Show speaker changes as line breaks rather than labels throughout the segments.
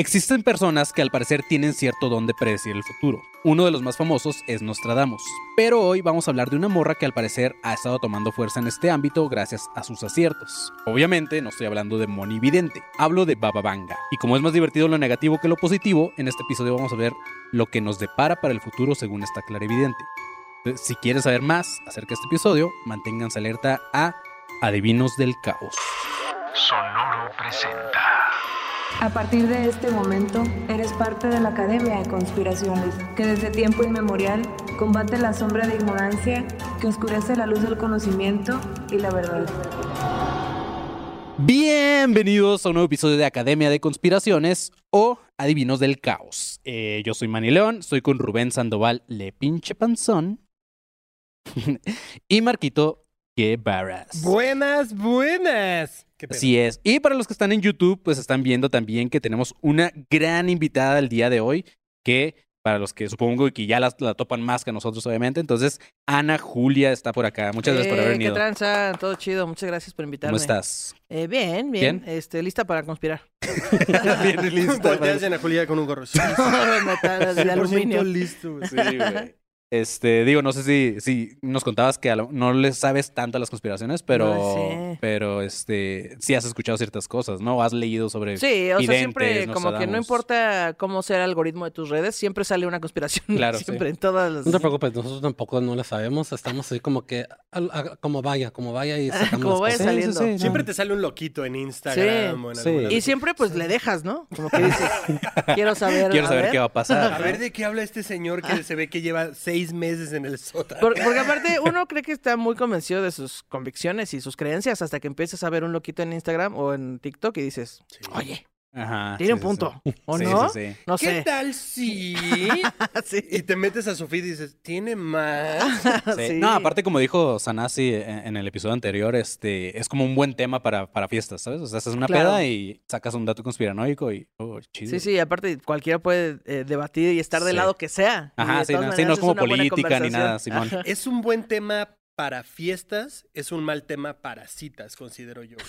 Existen personas que al parecer tienen cierto don de predecir el futuro. Uno de los más famosos es Nostradamus, pero hoy vamos a hablar de una morra que al parecer ha estado tomando fuerza en este ámbito gracias a sus aciertos. Obviamente no estoy hablando de Moni Vidente, hablo de Baba Vanga. Y como es más divertido lo negativo que lo positivo, en este episodio vamos a ver lo que nos depara para el futuro según esta clarividente. Si quieren saber más acerca de este episodio, manténganse alerta a Adivinos del Caos.
Sonoro presenta.
A partir de este momento, eres parte de la Academia de Conspiraciones, que desde tiempo inmemorial combate la sombra de ignorancia que oscurece la luz del conocimiento y la verdad.
Bienvenidos a un nuevo episodio de Academia de Conspiraciones o Adivinos del Caos. Eh, yo soy Manny León, estoy con Rubén Sandoval, le pinche panzón, y Marquito Guevaras.
Buenas, buenas. ¿Qué pedo?
Así es. Y para los que están en YouTube, pues están viendo también que tenemos una gran invitada el día de hoy, que para los que supongo que ya la, la topan más que nosotros, obviamente. Entonces, Ana Julia está por acá. Muchas gracias por haber
Eh,
venido.
¿Qué tranza? Todo chido, muchas gracias por invitarme.
¿Cómo estás?
Eh, bien, bien,
¿Bien?
Este, lista para conspirar.
Bien lista.
Volteas en la Julia con un gorro.
De metal, de
100%
aluminio.
listo, güey.
Este, digo, no sé si, si nos contabas que a lo- no le sabes tanto a las conspiraciones, pero,
No sé.
pero este, sí has escuchado ciertas cosas, ¿no? Has leído sobre.
Sí, o sea,
Videntes,
siempre como que no
Nostradamus.
importa cómo sea el algoritmo de tus redes, siempre sale una conspiración.
Claro, sí.
Siempre, en todas las...
No te preocupes, nosotros tampoco no la sabemos. Estamos ahí como que, al- a- como vaya, como vaya y sacamos
Como
las
vaya
cosas.
saliendo.
sí, sí,
Siempre te sale un loquito en Instagram
Sí.
o en
Sí.
alguna
Y
Y
red.
siempre pues le dejas, ¿no? Como que dices, quiero saber.
Quiero
a
saber
ver.
qué va a pasar.
A ver de qué habla este señor que se ve que lleva seis meses en el sótano.
Por- porque aparte uno cree que está muy convencido de sus convicciones y sus creencias hasta que empiezas a ver un loquito en Instagram o en TikTok y dices, oye,
Ajá, Ah, sí,
tiene un
sí,
punto,
sí.
¿o
Sí,
no?
sí, sí.
No
¿Qué
sé.
tal si?
Sí.
Y te metes a Sofía y dices, ¿tiene más?
Sí.
Sí.
No, aparte, como dijo Sanasi en, en el episodio anterior, este es como un buen tema para, para fiestas, ¿sabes? O sea, haces una
Claro.
peda y sacas un dato conspiranoico y. Oh, chido.
Sí, sí, aparte cualquiera puede eh, debatir y estar del
Sí.
lado que sea. Y
Ajá,
de
sí,
todas
no, sí, no
maneras
es como
una buena
política ni
conversación.
nada, Simón.
Ajá.
Es un buen tema para fiestas, es un mal tema para citas, considero yo.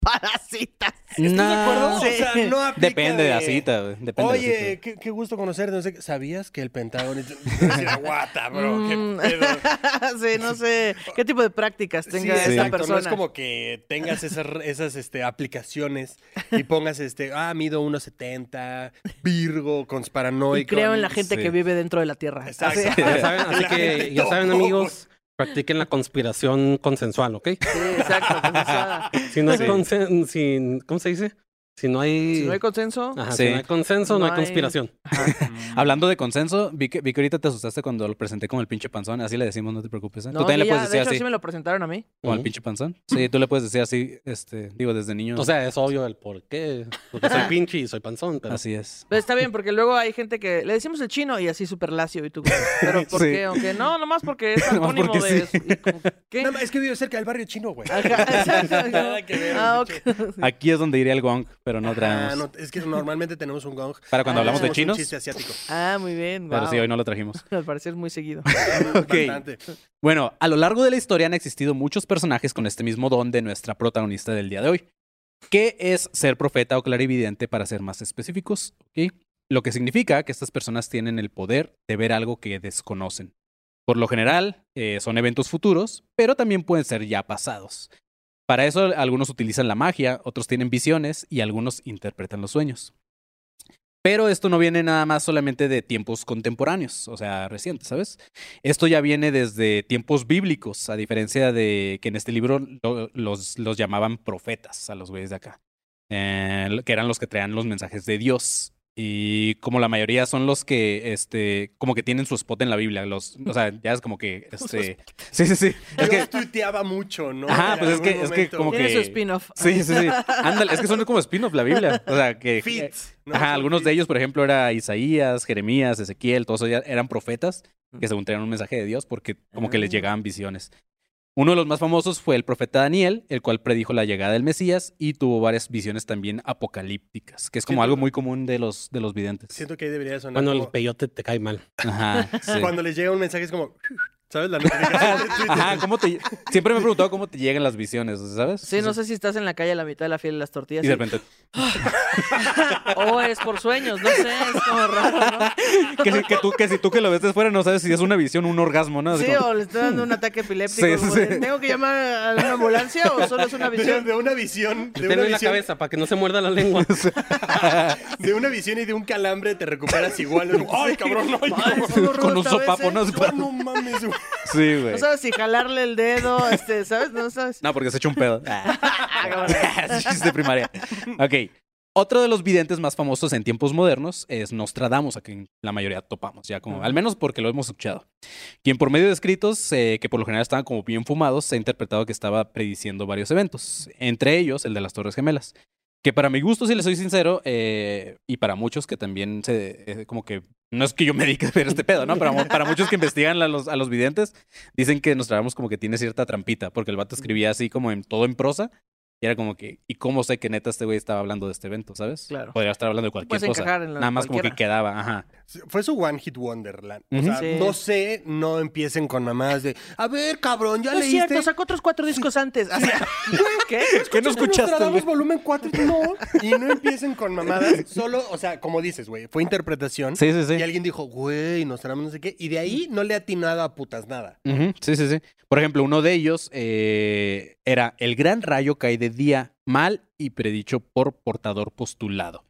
Parasitas.
No,
acuerdo?
sí.
O sea, no aplica
Ah, Depende de la
de-
cita, güey, depende de la cita.
Oye, qué, qué gusto conocerte. no sé qué. ¿Sabías que el Pentágono es una guata, bro? Ah, ¿Qué
Mm.
pedo?
sí, no sé qué tipo de prácticas tenga
sí,
esta
exacto,
persona.
No es como que tengas esas, esas este, aplicaciones y pongas, este, ah, mido 1.70, Virgo,
y
consparanoico.
creo en la gente
sí.
que vive dentro de la tierra.
Exacto.
Así.
Ya saben, así
La
que,
gente
ya saben,
loco,
amigos, practiquen la conspiración consensual, ¿ok?
Sí, exacto. consensuada.
Si no hay
Sí.
consen- si- ¿cómo se dice? Si no hay,
Si no hay consenso,
Ajá,
Sí.
si no hay consenso, no,
No
hay
hay-
conspiración.
Hablando de consenso, vi que, vi que ahorita te asustaste cuando lo presenté como el pinche panzón. Así le decimos, no te preocupes. ¿eh?
no,
tú también
y
le puedes
ya,
decir
de hecho,
así,
sí me lo presentaron a mí.
como el
Ujú.
pinche panzón. Sí, tú le puedes decir así, este, digo, desde niño.
O sea, es obvio el por qué. Porque soy pinche y soy panzón, pero
así es.
Pero Pues está bien, porque luego hay gente que le decimos el chino y así súper lacio y tú. güey, Pero ¿por
Sí.
qué? Aunque no, nomás porque es
Nomás
antónimo
porque
de.
sí.
y como, ¿Qué?
No, es que vivo cerca del barrio chino, güey.
Ajá, exacto.
Nada que ver,
Ah,
pinche.
ok.
Aquí es donde iría el gong, pero no traemos.
Ah, no, es que normalmente tenemos un gong.
Para cuando
Ah,
hablamos de
Hacemos un
chinos,
chiste asiático.
Ah, muy bien.
pero
wow.
sí, hoy no lo trajimos.
Al parecer muy seguido.
Bastante.
Bueno, a lo largo de la historia han existido muchos personajes con este mismo don de nuestra protagonista del día de hoy. ¿Qué es ser profeta o clarividente para ser más específicos? ¿Ok? Lo que significa que estas personas tienen el poder de ver algo que desconocen. Por lo general, eh, son eventos futuros, pero también pueden ser ya pasados. Para eso algunos utilizan la magia, otros tienen visiones y algunos interpretan los sueños. Pero esto no viene nada más solamente de tiempos contemporáneos, o sea, recientes, ¿sabes? Esto ya viene desde tiempos bíblicos, a diferencia de que en este libro lo- los, los llamaban profetas a los güeyes de acá, eh, que eran los que traían los mensajes de Dios. Y como la mayoría son los que, este, como que tienen su spot en la Biblia, los, o sea, ya es como que, este, sí, sí, sí, es
Dios
que,
tuiteaba mucho, ¿no?
Ajá,
En
pues es que-
algún
es que
momento.
como
Tiene
que-
su spin-off.
sí, sí, sí, ándale, es que son como spin-off la Biblia, o sea, que, eh,
Fit, ¿no?
Ajá,
Son
algunos de
fit.
ellos, por ejemplo, era Isaías, Jeremías, Ezequiel, todos ellos eran profetas que según traían un mensaje de Dios porque como que les
Ah.
llegaban visiones. Uno de los más famosos fue el profeta Daniel, el cual predijo la llegada del Mesías y tuvo varias visiones también apocalípticas, que es como
Siento-
algo muy común de los, de los videntes.
Siento que ahí debería sonar.
bueno, el
como-
peyote te cae mal.
Ajá, sí.
Cuando les llega un mensaje es como, ¿Sabes? La notificación de Twitter.
Ajá, ¿cómo te... Siempre me he preguntado cómo te llegan las visiones, ¿sabes?
Sí, no sé si estás en la calle a la mitad de la fila de las tortillas. ¡Ah!
Y de repente,
O es por sueños, no sé, es como raro, ¿no?
que, si- que tú, que si tú que lo ves de fuera no sabes si es una visión, un orgasmo, ¿no? Así
Sí,
como-
o le está dando un ataque epiléptico.
Sí,
como
sí.
de, ¿Tengo que llamar a una ambulancia o solo es una
De,
visión?
de una visión, de
Tenlo
una
en la
visión,
cabeza para que no se muerda la lengua.
de una visión y de un calambre te recuperas igual. Ay, cabrón, ay,
Ay,
cabrón.
estuvo rudo
Con un
esta vez,
sopapo,
¿eh?
¿no?
Ah, No mames, güey.
Sí, güey.
No sabes si jalarle el dedo, este, ¿sabes? No sabes.
No, porque se echa un pedo. Es de primaria. Ok. Otro de los videntes más famosos en tiempos modernos es Nostradamus, a quien la mayoría topamos, ya como, al menos porque lo hemos escuchado. Quien por medio de escritos, eh, que por lo general estaban como bien fumados, se ha interpretado que estaba prediciendo varios eventos, entre ellos el de las Torres Gemelas. Que para mi gusto, si les soy sincero, eh, y para muchos que también se, eh, como que, no es que yo me dedique a ver este pedo, ¿no? Para, mu- para muchos que investigan a los, a los videntes, dicen que Nostradamus como que tiene cierta trampita, porque el vato escribía así como en todo en prosa, y era como que, ¿y cómo sé que neta este güey estaba hablando de este evento, sabes?
Claro.
Podría estar hablando de cualquier
Puedes
cosa.
encajar en la-
Nada más como
cualquiera.
que quedaba, ajá.
Fue su One Hit Wonderland.
Ujú.
O sea,
Sí.
no sé, no empiecen con mamás de, a ver, cabrón, ya
No es
leíste.
cierto, sacó otros cuatro discos antes. Así, ¿Qué?
¿Qué no escuchaste?
Nostradamus volumen 4, no. Y no empiecen con mamadas. Solo, o sea, como dices, güey, fue interpretación.
Sí, sí, sí.
Y alguien dijo, güey, Nostradamus no sé qué. Y de ahí no le atinado a putas nada.
Ujú, Sí, sí, sí. Por ejemplo, uno de ellos eh, era el gran rayo cae de día mal y predicho por portador postulado.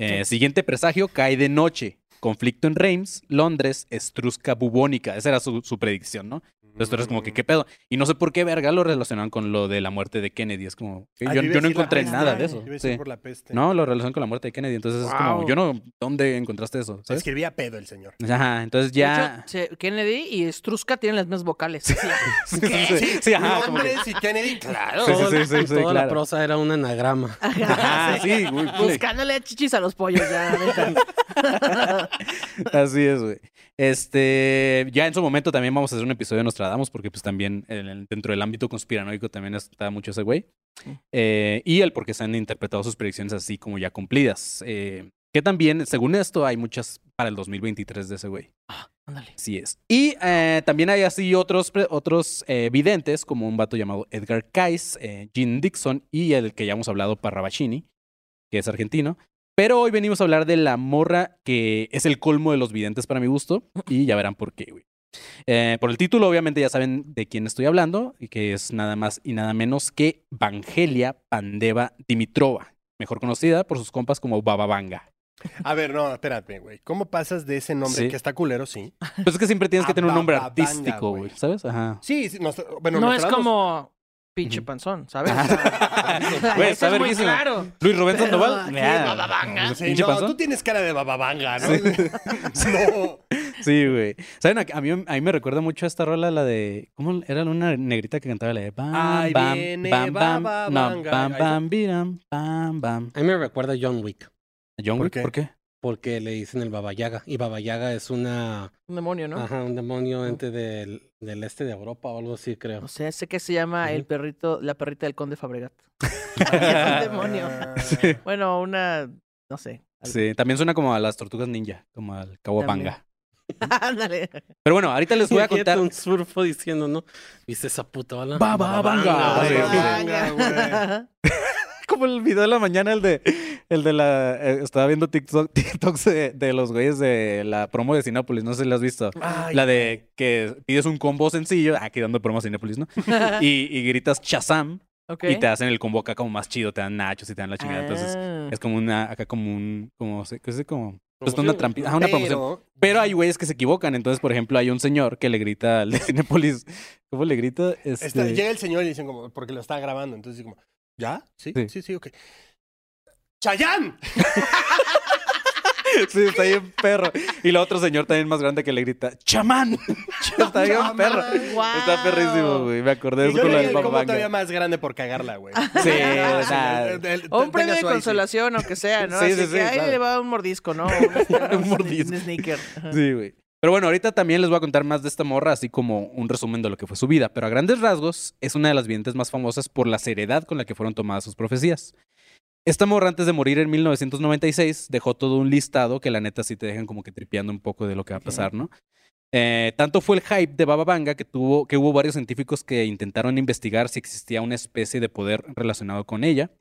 Eh, Siguiente presagio cae de noche. Conflicto en Reims, Londres, estrusca bubónica. Esa era su, su predicción, ¿no? Entonces tú eres como
Mm.
que, ¿qué pedo? Y no sé por qué, verga, lo relacionaron con lo de la muerte de Kennedy. Es como, ok,
Ah,
yo,
te iba
yo no
a decir la
encontré
peste,
nada de
te
eso.
iba a decir
Sí.
por la peste.
No, lo relacionan con la muerte de Kennedy. Entonces es como,
Wow.
yo no, ¿dónde encontraste eso?
Se
¿Sabes?
escribía pedo el señor.
Ajá, entonces
Ya.
ya...
Kennedy y Struska tienen las mismas vocales. Sí.
Sí, sí, sí. Sí, ajá, como que-
Londres y Kennedy, claro.
Sí, sí,
Todo-
sí, sí, sí,
toda la
claro.
prosa era un anagrama.
Ajá, Ah, sí, güey.
Buscándole chichis a los pollos ya. neta.
Así es, güey. Este, ya en su momento también vamos a hacer un episodio de Nostradamus, porque pues también en el- dentro del ámbito conspiranoico también está mucho ese güey. Eh, y el por qué se han interpretado sus predicciones así como ya cumplidas. Eh, que también, según esto, hay muchas para el 2023 de ese güey.
Ándale.
Así es. Y eh, también hay así otros, pre- otros eh, videntes, como un vato llamado Edgar Cayce, eh, Gene Dixon y el que ya hemos hablado, Parravachini, que es argentino. Pero hoy venimos a hablar de la morra, que es el colmo de los videntes para mi gusto, y ya verán por qué, güey. Eh, por el título, obviamente ya saben de quién estoy hablando, y que es nada más y nada menos que Vangelia Pandeva Dimitrova, mejor conocida por sus compas como Baba Vanga.
A ver, no, espérate, güey. ¿Cómo pasas de ese nombre
Sí.
que está culero, sí?
Pues es que siempre tienes que
A
tener un nombre
Baba Vanga,
artístico,
güey.
güey, ¿sabes? Ajá.
Sí, sí, nos- bueno,
no es
Nostradamus-
como pinche panzón, ¿sabes?
Güey,
Eso
está
es muy
verguísima.
claro.
Luis Rubén
Pero
Sandoval.
aquí,
Nah,
bababanga.
Sí,
pinche
no,
panzón.
tú tienes cara de bababanga, ¿no? no.
Sí, güey. ¿Saben? A, a mí, a mí me recuerda mucho a esta rola, la de. ¿Cómo era una negrita que cantaba la de. Bam,
Ahí
bam,
viene
bam, bam,
Baba
no,
Vanga.
bam,
Ahí está.
bam, biram, bam, bam.
A mí me recuerda a John Wick,
John
¿Por
Wick,
qué?
¿por qué?
porque le dicen el Baba Yaga. Y Baba Yaga es una,
Un demonio, ¿no?
ajá, un demonio ente del, del este de Europa o algo así, creo.
No sé, sé que se llama el
Ujú.
perrito, la perrita del conde Fabregat. es un Ah. demonio.
Ah. Sí.
Bueno, una, no sé. algo.
Sí, también suena como a las tortugas ninja, como al Kawabanga.
Ándale.
Pero bueno, ahorita les voy a
Imagínate
contar.
un surfo diciendo, ¿no? ¿Viste esa puta bala?
Baba Vanga.
Baba
Ah, Sí.
Vanga, güey.
Como el video de la mañana, el de, el de la. eh, estaba viendo TikTok, TikToks de, de los güeyes de la promo de Cinépolis, no sé si la has visto.
Ay,
la de que pides un combo sencillo, ah, aquí dando promo a Cinépolis, ¿no?
Ah.
y, y gritas Shazam
Ok.
y te hacen el combo acá como más chido, te dan nachos y te dan la chingada. Entonces
Ah.
es como una, acá como un, como, se- ¿qué sé? Como, pues
Promoción.
una trampita, ajá, una promoción.
pero-
Pero hay güeyes que se equivocan. Entonces, por ejemplo, hay un señor que le grita al de Cinépolis, ¿cómo le grita? Este,
Está- llega el señor y dicen como, porque lo está grabando, entonces como, ¿ya? Sí,
Sí.
sí, sí, ok. ¡Chayán!
Sí, está bien perro. Y el otro señor también más grande que le grita, ¡Chamán! está bien
Chamán.
perro.
Ah, Guau.
Está perrísimo, güey. Me acordé de
Yo
eso con
creo
la del
que el combo
Baba
todavía
Vanga.
más grande por cagarla, güey.
Sí,
Ah,
nada.
el- el-
O un
tenga
premio de
su ahí, sí.
consolación, aunque sea, ¿no?
Sí,
Así
sí, sí,
que ahí
claro.
le va un mordisco, ¿no? Unas-
Un mordisco.
Un sneaker.
Sí, güey. Pero bueno, ahorita también les voy a contar más de esta morra, así como un resumen de lo que fue su vida. Pero a grandes rasgos, es una de las videntes más famosas por la seriedad con la que fueron tomadas sus profecías. Esta morra, antes de morir en 1996, dejó todo un listado que la neta sí te dejan como que tripeando un poco de lo que va a pasar, ¿no? Eh, tanto fue el hype de Baba Vanga que, tuvo, que hubo varios científicos que intentaron investigar si existía una especie de poder relacionado con ella.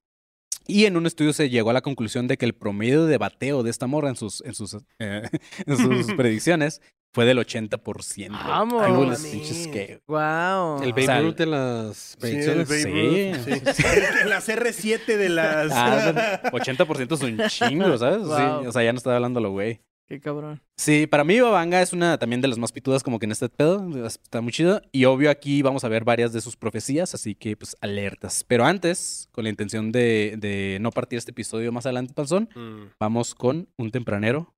Y en un estudio se llegó a la conclusión de que el promedio de bateo de esta morra en sus, en sus, eh, en sus predicciones fue del 80%.
Vamos,
Algo les
mami.
pinches que-
Wow.
El
Babe
Babe
Ruth
de las
Sí, el Babe
Sí.
Ruth, sí. El- Las R7 de las.
Ah, 80% es un chingo, ¿sabes? Sí,
Wow.
o sea, ya no estaba hablando lo güey.
Qué cabrón.
Sí, para mí Babanga es una también de las más pitudas como que en este pedo, está muy chido. Y obvio aquí vamos a ver varias de sus profecías, así que pues alertas. Pero antes, con la intención de, de no partir este episodio más adelante, Panzón,
Mm.
vamos con un tempranero.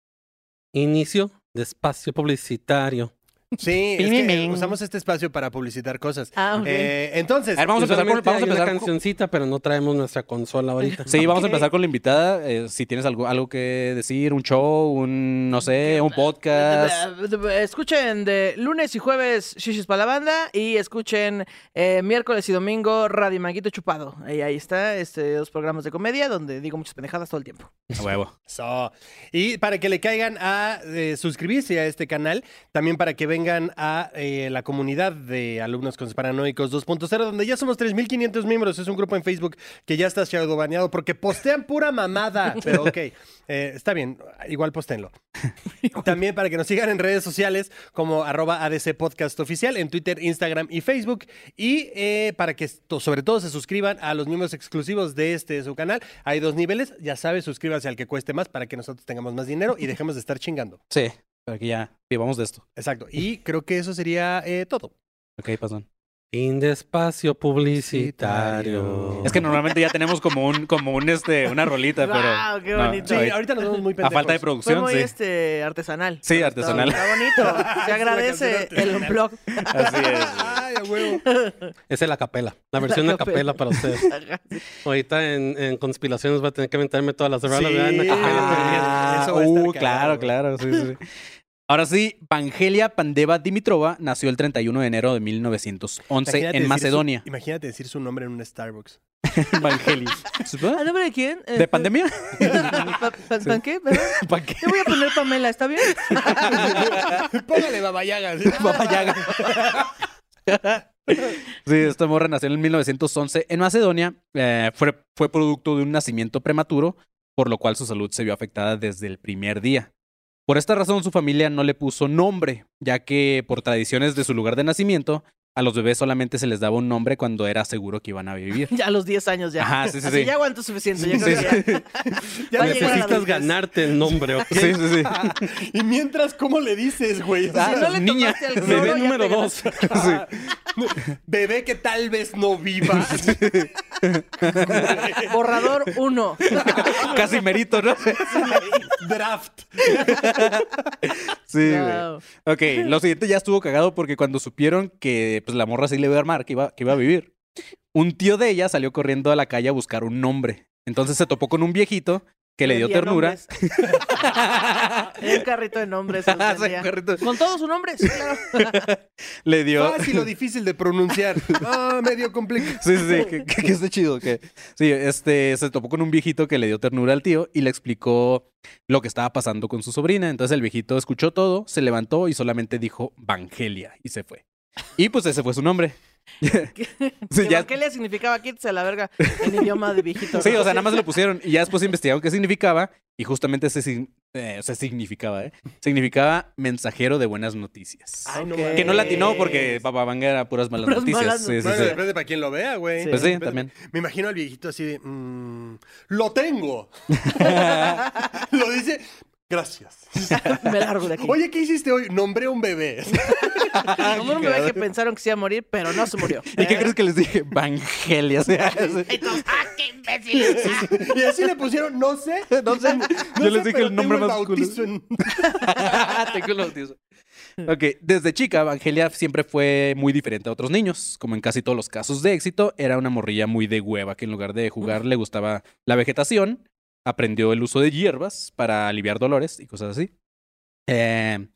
Inicio de espacio publicitario.
Sí, es
Pim, pim,
que
pim.
usamos este espacio para publicitar cosas.
Ah, ok.
Eh, entonces,
A ver, vamos a empezar con,
Solamente
vamos a
hay
empezar
una
con-
cancioncita, pero no traemos nuestra consola ahorita.
Sí, vamos a
Ok.
empezar con la invitada. eh, si tienes algo, algo que decir, un show, un, no sé, un podcast.
Escuchen de lunes y jueves Shishis para la banda y escuchen eh, miércoles y domingo Radio Manguito Chupado. Y ahí está, este, dos programas de comedia donde digo muchas pendejadas todo el tiempo.
A huevo.
So, y para que le caigan a eh, suscribirse a este canal, también para que vengan a eh, la comunidad de alumnos con paranoicos 2.0, donde ya somos 3.500 miembros. Es un grupo en Facebook que ya está shadowbaneado porque postean pura mamada. Pero ok, eh, está bien, igual postenlo. También para que nos sigan en redes sociales como arroba ADC Podcast Oficial en Twitter, Instagram y Facebook. Y eh, para que esto- sobre todo se suscriban a los miembros exclusivos de este su canal. Hay dos niveles, ya sabes, suscríbanse al que cueste más para que nosotros tengamos más dinero y dejemos de estar chingando.
Sí, para que ya vivamos de esto.
Exacto. Y creo que eso sería eh, todo.
Ok, Panzón.
Fin de espacio publicitario.
Es que normalmente ya tenemos como un, como un, este, una rolita, pero.
Guau, qué
no,
bonito.
Sí,
ahorita-
ahorita nos vemos muy
a
pendejos.
falta de
Fue
producción,
muy
sí.
este, artesanal.
Sí,
Está-
artesanal.
Está bonito.
Es
Se
la
agradece
canción
el blog.
Así es.
Ay, a huevo.
Es el acapela. La versión
La
acapela para ustedes. Ahorita en, en conspiraciones va a tener que aventarme todas las rolas. ¿verdad? En
Sí.
acapela.
Ah,
Eso va a estar
uh,
cagado,
claro, claro. sí, sí, sí. Ahora sí, Vangelia Pandeva Dimitrova nació el 31 de enero de 1911
Imagínate
en
decir
Macedonia.
su- imagínate decir su nombre en un Starbucks.
Vangelia.
¿A nombre de quién? Eh,
¿De pandemia?
¿pa- pa- pa- qué? ¿Perdón?
¿Para qué?
Yo voy a poner Pamela, ¿está bien?
Póngale babayagas.
Baba Yaga. Sí, esta morra nació en 1911 en Macedonia. Eh, fue, fue producto de un nacimiento prematuro, por lo cual su salud se vio afectada desde el primer día. Por esta razón, su familia no le puso nombre, ya que por tradiciones de su lugar de nacimiento, a los bebés solamente se les daba un nombre cuando era seguro que iban a vivir.
Ya a los 10 años ya.
Ajá, sí, sí,
Así
sí.
ya aguanto suficiente. Ya
Sí,
creo que ya.
sí.
Ya
Va
llegar a
a
la
Necesitas
adultez.
ganarte el nombre, ¿ok?
Sí, sí, sí.
Y mientras, ¿cómo le dices, güey? O sea,
Ah, Si no le
niña,
tomaste al cloro, ya
Bebé
te
número
ganaste.
dos.
Ah.
Bebé que tal vez no viva.
Borrador 1.
Casi merito, ¿no?
Draft.
Sí, güey. Ok, lo siguiente ya estuvo cagado porque cuando supieron que pues, la morra sí le iba a armar, que iba, que iba a vivir, un tío de ella salió corriendo a la calle a buscar un nombre. Entonces se topó con un viejito que le dio ternura.
Era un carrito de nombres. los
Ah, sí,
vendía.
correcto.
Con todos sus nombres, sí, claro.
le dio.
Fácil o difícil de pronunciar. Ah, medio complicado.
Sí, sí, sí, que, que- que está chido. Que... Sí, este, se topó con un viejito que le dio ternura al tío y le explicó lo que estaba pasando con su sobrina. Entonces el viejito escuchó todo, se levantó y solamente dijo Vangelia y se fue. Y pues ese fue su nombre. Sí,
¿Qué
ya-
Evangelia significaba quítese a la verga en idioma de viejito.
Sí,
¿no?
o sea, nada más lo pusieron y ya después investigaron qué significaba y justamente se, sin- eh, o sea, significaba, ¿eh? Significaba mensajero de buenas noticias.
Ay,
no
ok.
mames.
que no latinó porque Baba Vanga era puras malas
Puras
noticias.
malas
sí, sí,
Bueno,
sí.
depende para quién lo vea, güey.
Sí.
Pues sí,
Depende.
también.
Me imagino al viejito así de. mm, ¡Lo tengo! lo dice. Gracias.
Me largo de aquí.
Oye, ¿qué hiciste hoy? Nombré un bebé.
Como un bebé que pensaron que se iba a morir, pero no se murió.
¿Y qué crees que les dije? Vangelia. o sea, sí.
y así le pusieron, no sé.
No sé,
no
yo
sé,
les dije
pero
el nombre
tengo
más cool.
bautizo en-
Tengo el bautizo. Ok, desde chica, Vangelia siempre fue muy diferente a otros niños. Como en casi todos los casos de éxito, era una morrilla muy de hueva que en lugar de jugar le gustaba la vegetación, aprendió el uso de hierbas para aliviar dolores y cosas así. Eh,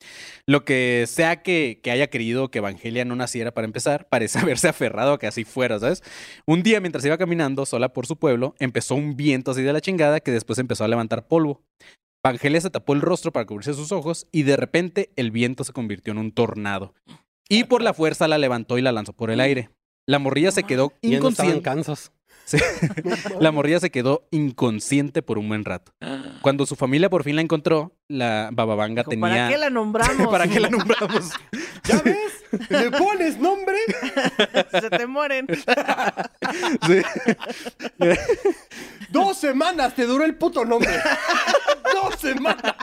lo que sea que, que haya querido que Evangelia no naciera para empezar, parece haberse aferrado a que así fuera, ¿sabes? Un día, mientras iba caminando sola por su pueblo, empezó un viento así de la chingada que después empezó a levantar polvo. Pangelia se tapó el rostro para cubrirse sus ojos y de repente el viento se convirtió en un tornado. Y por la fuerza la levantó y la lanzó por el aire. La morrilla se quedó
Mm. Ya no estaban
inconsciente.
cansos.
Sí. La morrilla se quedó inconsciente por un buen rato. Cuando su familia por fin la encontró, la bababanga
Dijo,
tenía...
¿Para qué la nombramos?
¿Para qué la nombramos?
¿Ya ves? ¿Le pones nombre?
Se te mueren.
Sí.
Dos semanas te duró el puto nombre. Dos semanas.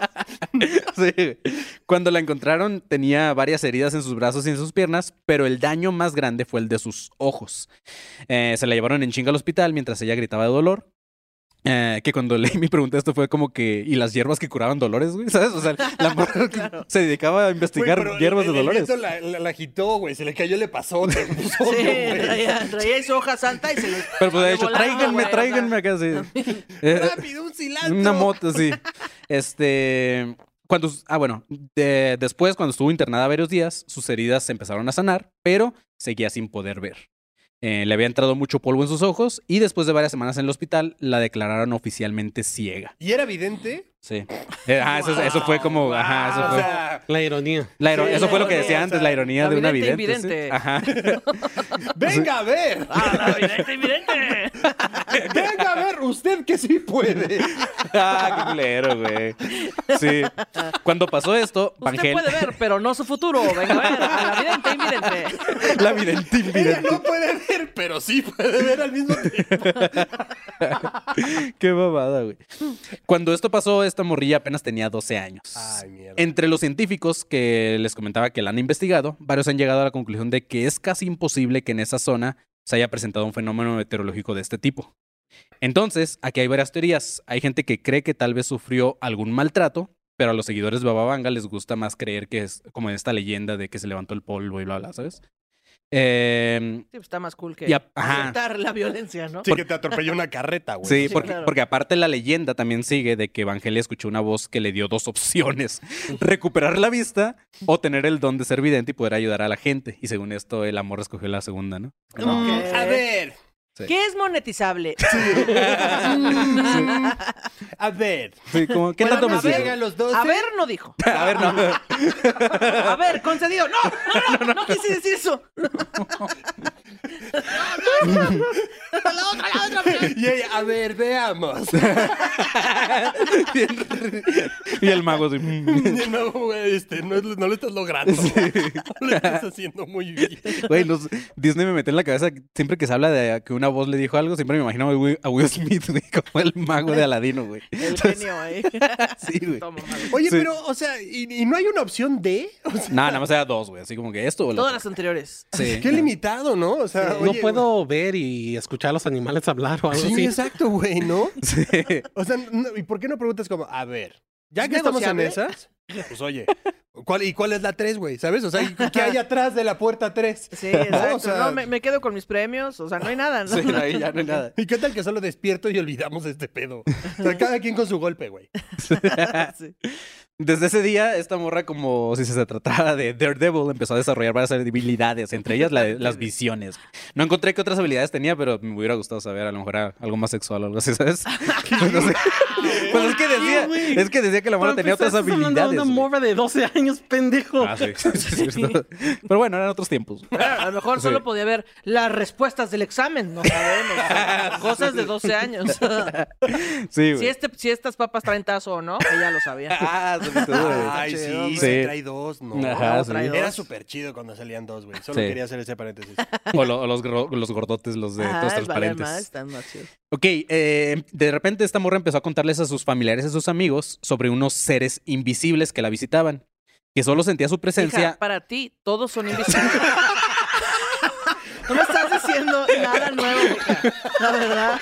Sí. Cuando la encontraron tenía varias heridas en sus brazos y en sus piernas, pero el daño más grande fue el de sus ojos. Eh, se la llevaron en chinga al hospital mientras ella gritaba de dolor. Eh, que cuando leí mi pregunta esto fue como que, ¿y las hierbas que curaban dolores, güey? ¿Sabes? O sea, la morra se dedicaba a investigar
Güey, pero
hierbas de
el- el
dolores.
viento La, la- la agitó, güey. Se le cayó, le pasó. te puso
Sí,
otro, güey.
traía, traía su hoja santa y se les...
Pero pues de hecho,
volaba, güey,
tráiganme,
o sea.
tráiganme acá, sí. Eh,
Rápido, un cilantro.
Una moto, sí. Este. Cuando. Ah, bueno. de- después, cuando estuvo internada varios días, sus heridas se empezaron a sanar, pero seguía sin poder ver. Eh, le había entrado mucho polvo en sus ojos y después de varias semanas en el hospital la declararon oficialmente ciega.
Y era evidente.
Sí. Eh, ajá, eso, eso fue como. Ajá, eso
o
fue.
sea,
La ironía.
la iro-
sí,
eso fue lo que
ironía,
decía
o
antes,
sea,
la ironía
la
de una
vidente
vidente. sí.
invidente.
Ajá.
venga a ver.
¡Ah, la vidente, evidente!
Venga a ver usted que sí puede.
ah, qué culero, güey. Sí. Cuando pasó esto,
Usted
Vangel-
puede ver, pero no su futuro. Venga, a ver, a la vidente, invidente.
la vidente
Ella
invidente.
no puede ver, pero sí puede ver al mismo tiempo.
Qué babada, güey. Cuando esto pasó, esta morrilla apenas tenía 12 años.
Ay, mierda.
Entre los científicos que les comentaba que la han investigado, varios han llegado a la conclusión de que es casi imposible que en esa zona se haya presentado un fenómeno meteorológico de este tipo. Entonces, aquí hay varias teorías. Hay gente que cree que tal vez sufrió algún maltrato, pero a los seguidores de Bababanga les gusta más creer que es como esta leyenda de que se levantó el polvo y bla, bla, ¿sabes? Eh,
Sí, pues, está más cool que
Y a- ajá.
aceptar la violencia, ¿no?
Sí, que te atropelló una carreta, güey.
Sí,
Pues, Sí,
porque,
claro.
porque aparte la leyenda también sigue de que Evangelia escuchó una voz que le dio dos opciones: recuperar la vista o tener el don de ser vidente y poder ayudar a la gente. Y según esto, el amor escogió la segunda, ¿no?
Mm,
Ok.
A ver.
¿Qué es monetizable?
Mm, a ver.
Sí, como, ¿Qué
Bueno,
tanto
no,
me
a ver,
sirve?
Llega a los 12.
A ver, no dijo.
A ver, no.
A ver, concedido. No, no, no, no, quise decir eso. la otra, la otra. pero-
Y ella, a ver, veamos.
y el mago, sí. mm.
No, güey, este, no, es- no lo estás logrando. No lo estás haciendo muy bien.
Güey, los- Disney me mete en la cabeza que siempre que se habla de que una voz le dijo algo, siempre me imagino a Will, a Will Smith, güey, como el mago de Aladino, güey.
El genio ahí.
Sí, güey.
Toma, madre.
Oye,
Sí.
pero, o sea, ¿y, y no hay una opción de? O sea,
No, nada más era dos, güey. Así como que esto o lo
Todas
otro.
las anteriores.
Sí.
qué limitado, ¿no? O sea,
no
Ah, oye,
puedo ver y escuchar a los animales hablar o algo
Sí,
así.
exacto, güey, ¿no?
Sí.
O sea, no- ¿y por qué no preguntas como, a ver, ya
¿Es
que estamos en
negociable?
esas, pues oye, ¿cuál, ¿y cuál es la 3, güey? ¿Sabes? O sea, ¿y ¿qué hay atrás de la puerta 3?
Sí, exacto.
o sea-
no, me, me quedo con mis premios. O sea, no hay nada. ¿no?
Sí, ahí ya no hay nada.
¿Y qué tal que solo despierto y olvidamos este pedo? O sea, cada quien con su golpe, güey.
Sí.
Desde ese día, esta morra, como si se tratara de Daredevil, empezó a desarrollar varias habilidades, entre ellas la de- las visiones. No encontré qué otras habilidades tenía, pero me hubiera gustado saber, a lo mejor era algo más sexual o algo así, ¿sabes? No sé. Pues es que decía,
güey?
es que decía que la morra
Pero
tenía
pues,
otras
estás hablando
habilidades.
de una
güey.
morra de 12 años, pendejo.
Ah, sí, sí, sí, es cierto. Pero bueno, eran otros tiempos.
A lo mejor solo
Sí.
podía ver las respuestas del examen. No sabemos. o sea, Cosas de 12 años.
Sí, güey.
si, este, si estas papas traen tazo o no, ella lo sabía.
Ah, sobre todo, güey.
Ay,
chido,
sí,
güey.
se
Sí.
trae dos, ¿no?
Ajá, sí.
trae dos.
Era súper chido cuando salían dos, güey. Solo
Sí.
quería hacer ese paréntesis.
O, lo- o los, gro- los gordotes, los de
Ajá,
todos
vale,
transparentes.
más, están más chidos.
Ok, eh, de repente esta morra empezó a contarles a sus familiares y a sus amigos sobre unos seres invisibles que la visitaban, que solo sentía su
Hija,
presencia.
para ti, todos son invisibles. No me estás diciendo nada nuevo, hija. La verdad.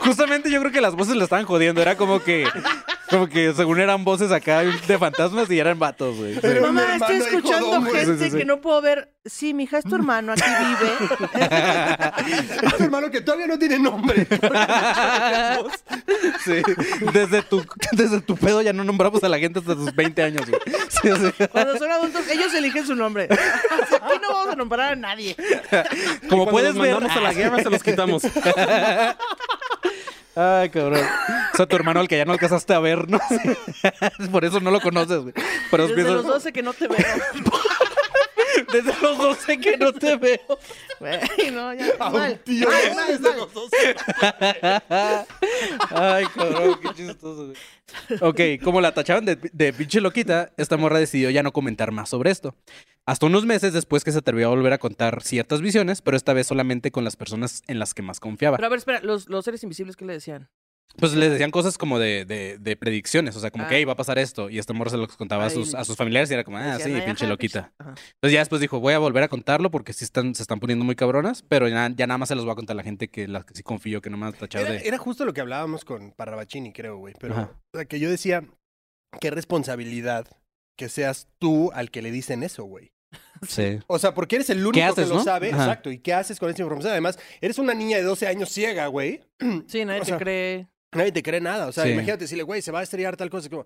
Justamente yo creo que las voces la estaban jodiendo, era como que, como que según eran voces acá de fantasmas y eran vatos, güey. Sí.
Pero mi
Mamá, estoy
hermano, hijo,
escuchando
don, güey.
gente
Sí, sí, sí.
que no puedo ver. Sí, mija, es tu hermano, aquí vive.
Es tu hermano que todavía no tiene nombre.
Sí. Desde tu, desde tu pedo ya no nombramos a la gente hasta sus 20 años, güey. Sí, sí.
Cuando son adultos, ellos eligen su nombre. Aquí no vamos a nombrar a nadie.
Como
Cuando
puedes ah.
los
ver.
mandamos a la guerra, se los quitamos.
Ay, cabrón. sea, tu hermano al que ya no alcanzaste a ver, ¿no? Sí. Por eso no lo conoces, güey. Pero
Desde
pienso-
los 12 que no te veo.
desde los 12 que no te veo.
Güey, no, ya. mal.
tío.
Mal, mal, mal.
Ay, cabrón, qué chistoso, güey. Ok, como la tachaban de, de pinche loquita, esta morra decidió ya no comentar más sobre esto. Hasta unos meses después que se atrevió a volver a contar ciertas visiones, pero esta vez solamente con las personas en las que más confiaba.
Pero a ver, espera, los, los seres invisibles, ¿qué le decían?
Pues les decían cosas como de, de- de predicciones, o sea, como
Ah.
que "Hey, va a pasar esto, y esta morra se lo contaba a
Ay,
sus, a sus familiares y era como, ah,
Decían,
sí,
"Ay,
pinche
ajá,
loquita.
pinche- ajá.
Entonces ya después dijo, voy a volver a contarlo porque sí están, se están poniendo muy cabronas, pero ya, ya nada más se los voy a contar a la gente que, la, que sí confío, que no me han tachado
Era,
de...
era justo lo que hablábamos con Parrabachini, creo, güey. Pero
Ajá.
o sea, que yo decía, qué responsabilidad que seas tú al que le dicen eso, güey.
Sí.
O sea, porque eres el único
haces,
que lo
no?
sabe.
Ajá.
Exacto. ¿Y qué haces con esa información? Además, eres una niña de 12 años ciega, güey.
Sí, nadie
O
te
sea,
cree.
Nadie te cree nada. O sea,
Sí.
imagínate decirle, güey, se va a estrellar tal cosa. es como,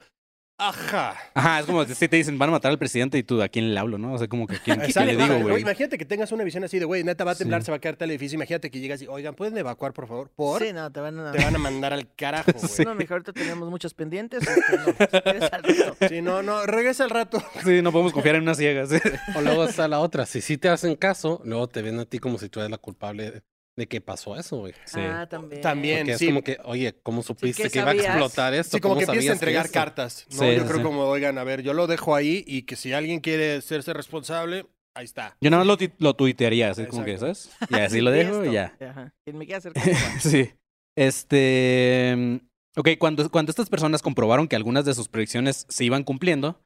ajá.
Ajá, es como si te dicen, van a matar al presidente y tú, ¿a quién le hablo, no? O sea, como que, ¿a quién, qué
Exacto.
le digo,
Güey,
güey?
Imagínate que tengas una visión así de, güey, neta va a temblar,
Sí.
se va a caer tal edificio. Imagínate que llegas y, oigan, ¿pueden evacuar, por favor? Por.
Sí, no, te van a.
Te van a mandar al carajo, güey.
Sí.
No, mija, ahorita tenemos muchas pendientes. este, no, pues, eres al rato.
Sí, no, no, regresa al rato.
Sí, no podemos confiar en unas ciegas.
O luego está la otra. Si sí te hacen caso, luego te ven a ti como si tú eres la culpable de que pasó eso, güey.
Sí.
Ah, también.
También.
Porque es
sí.
como que, oye, ¿cómo supiste
¿qué
que iba a
sabías?
explotar esto?
Sí, como
¿Cómo
que empieza a
sabías que
entregar
esto?
cartas. ¿no?
Sí,
yo
sí,
creo
sí.
como, oigan, a ver, yo lo dejo ahí y que si alguien quiere hacerse responsable, ahí está.
Yo nada más lo, ti- lo tuitearía, así como que, ¿sabes? Y así lo
Y
dejo
esto.
y ya.
Ajá. Quien me quiera hacer caso, va.
Sí. Este. mm, Ok, cuando, cuando estas personas comprobaron que algunas de sus predicciones se iban cumpliendo,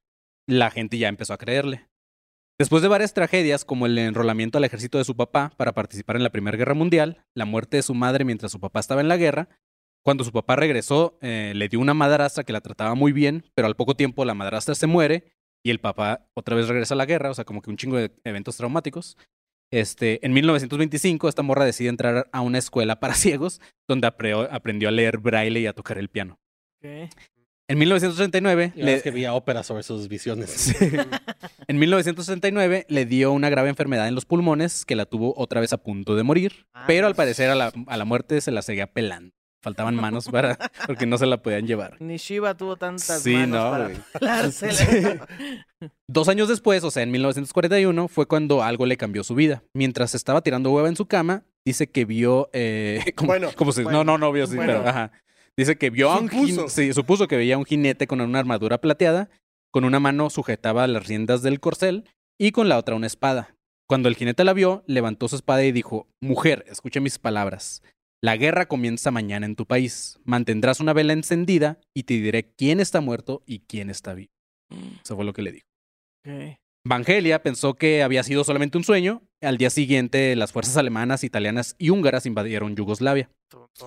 la gente ya empezó a creerle. Después de varias tragedias, como el enrolamiento al ejército de su papá para participar en la Primera Guerra Mundial, la muerte de su madre mientras su papá estaba en la guerra, cuando su papá regresó, eh, le dio una madrastra que la trataba muy bien, pero al poco tiempo la madrastra se muere y el papá otra vez regresa a la guerra, o sea, como que un chingo de eventos traumáticos. Este, en 1925, esta morra decide entrar a una escuela para ciegos donde apreo- aprendió a leer braille y a tocar el piano.
Ok.
En 1939,
Y la verdad
le,
es que vi óperas sobre sus visiones.
Sí. en 1969 le dio una grave enfermedad en los pulmones que la tuvo otra vez a punto de morir,
Ah,
pero al
pues.
parecer a la, a la muerte se la seguía pelando. Faltaban manos para porque no se la podían llevar.
Ni Shiva tuvo tantas
Sí,
manos
no,
para
güey.
pelársela.
Dos años después, o sea, en 1941, fue cuando algo le cambió su vida. Mientras estaba tirando hueva en su cama, dice que vio. eh, como,
Bueno,
como si-
bueno,
no, no, no vio, sí,
bueno.
pero, ajá. Dice que vio a un jin-
Supuso.
sí, supuso que veía un jinete con una armadura plateada, con una mano sujetaba las riendas del corcel y con la otra una espada. Cuando el jinete la vio, levantó su espada y dijo: Mujer, escucha mis palabras. La guerra comienza mañana en tu país. Mantendrás una vela encendida y te diré quién está muerto y quién está vivo. Eso fue lo que le dijo.
Ok.
Vangelia pensó que había sido solamente un sueño. Al día siguiente, las fuerzas alemanas, italianas y húngaras invadieron Yugoslavia.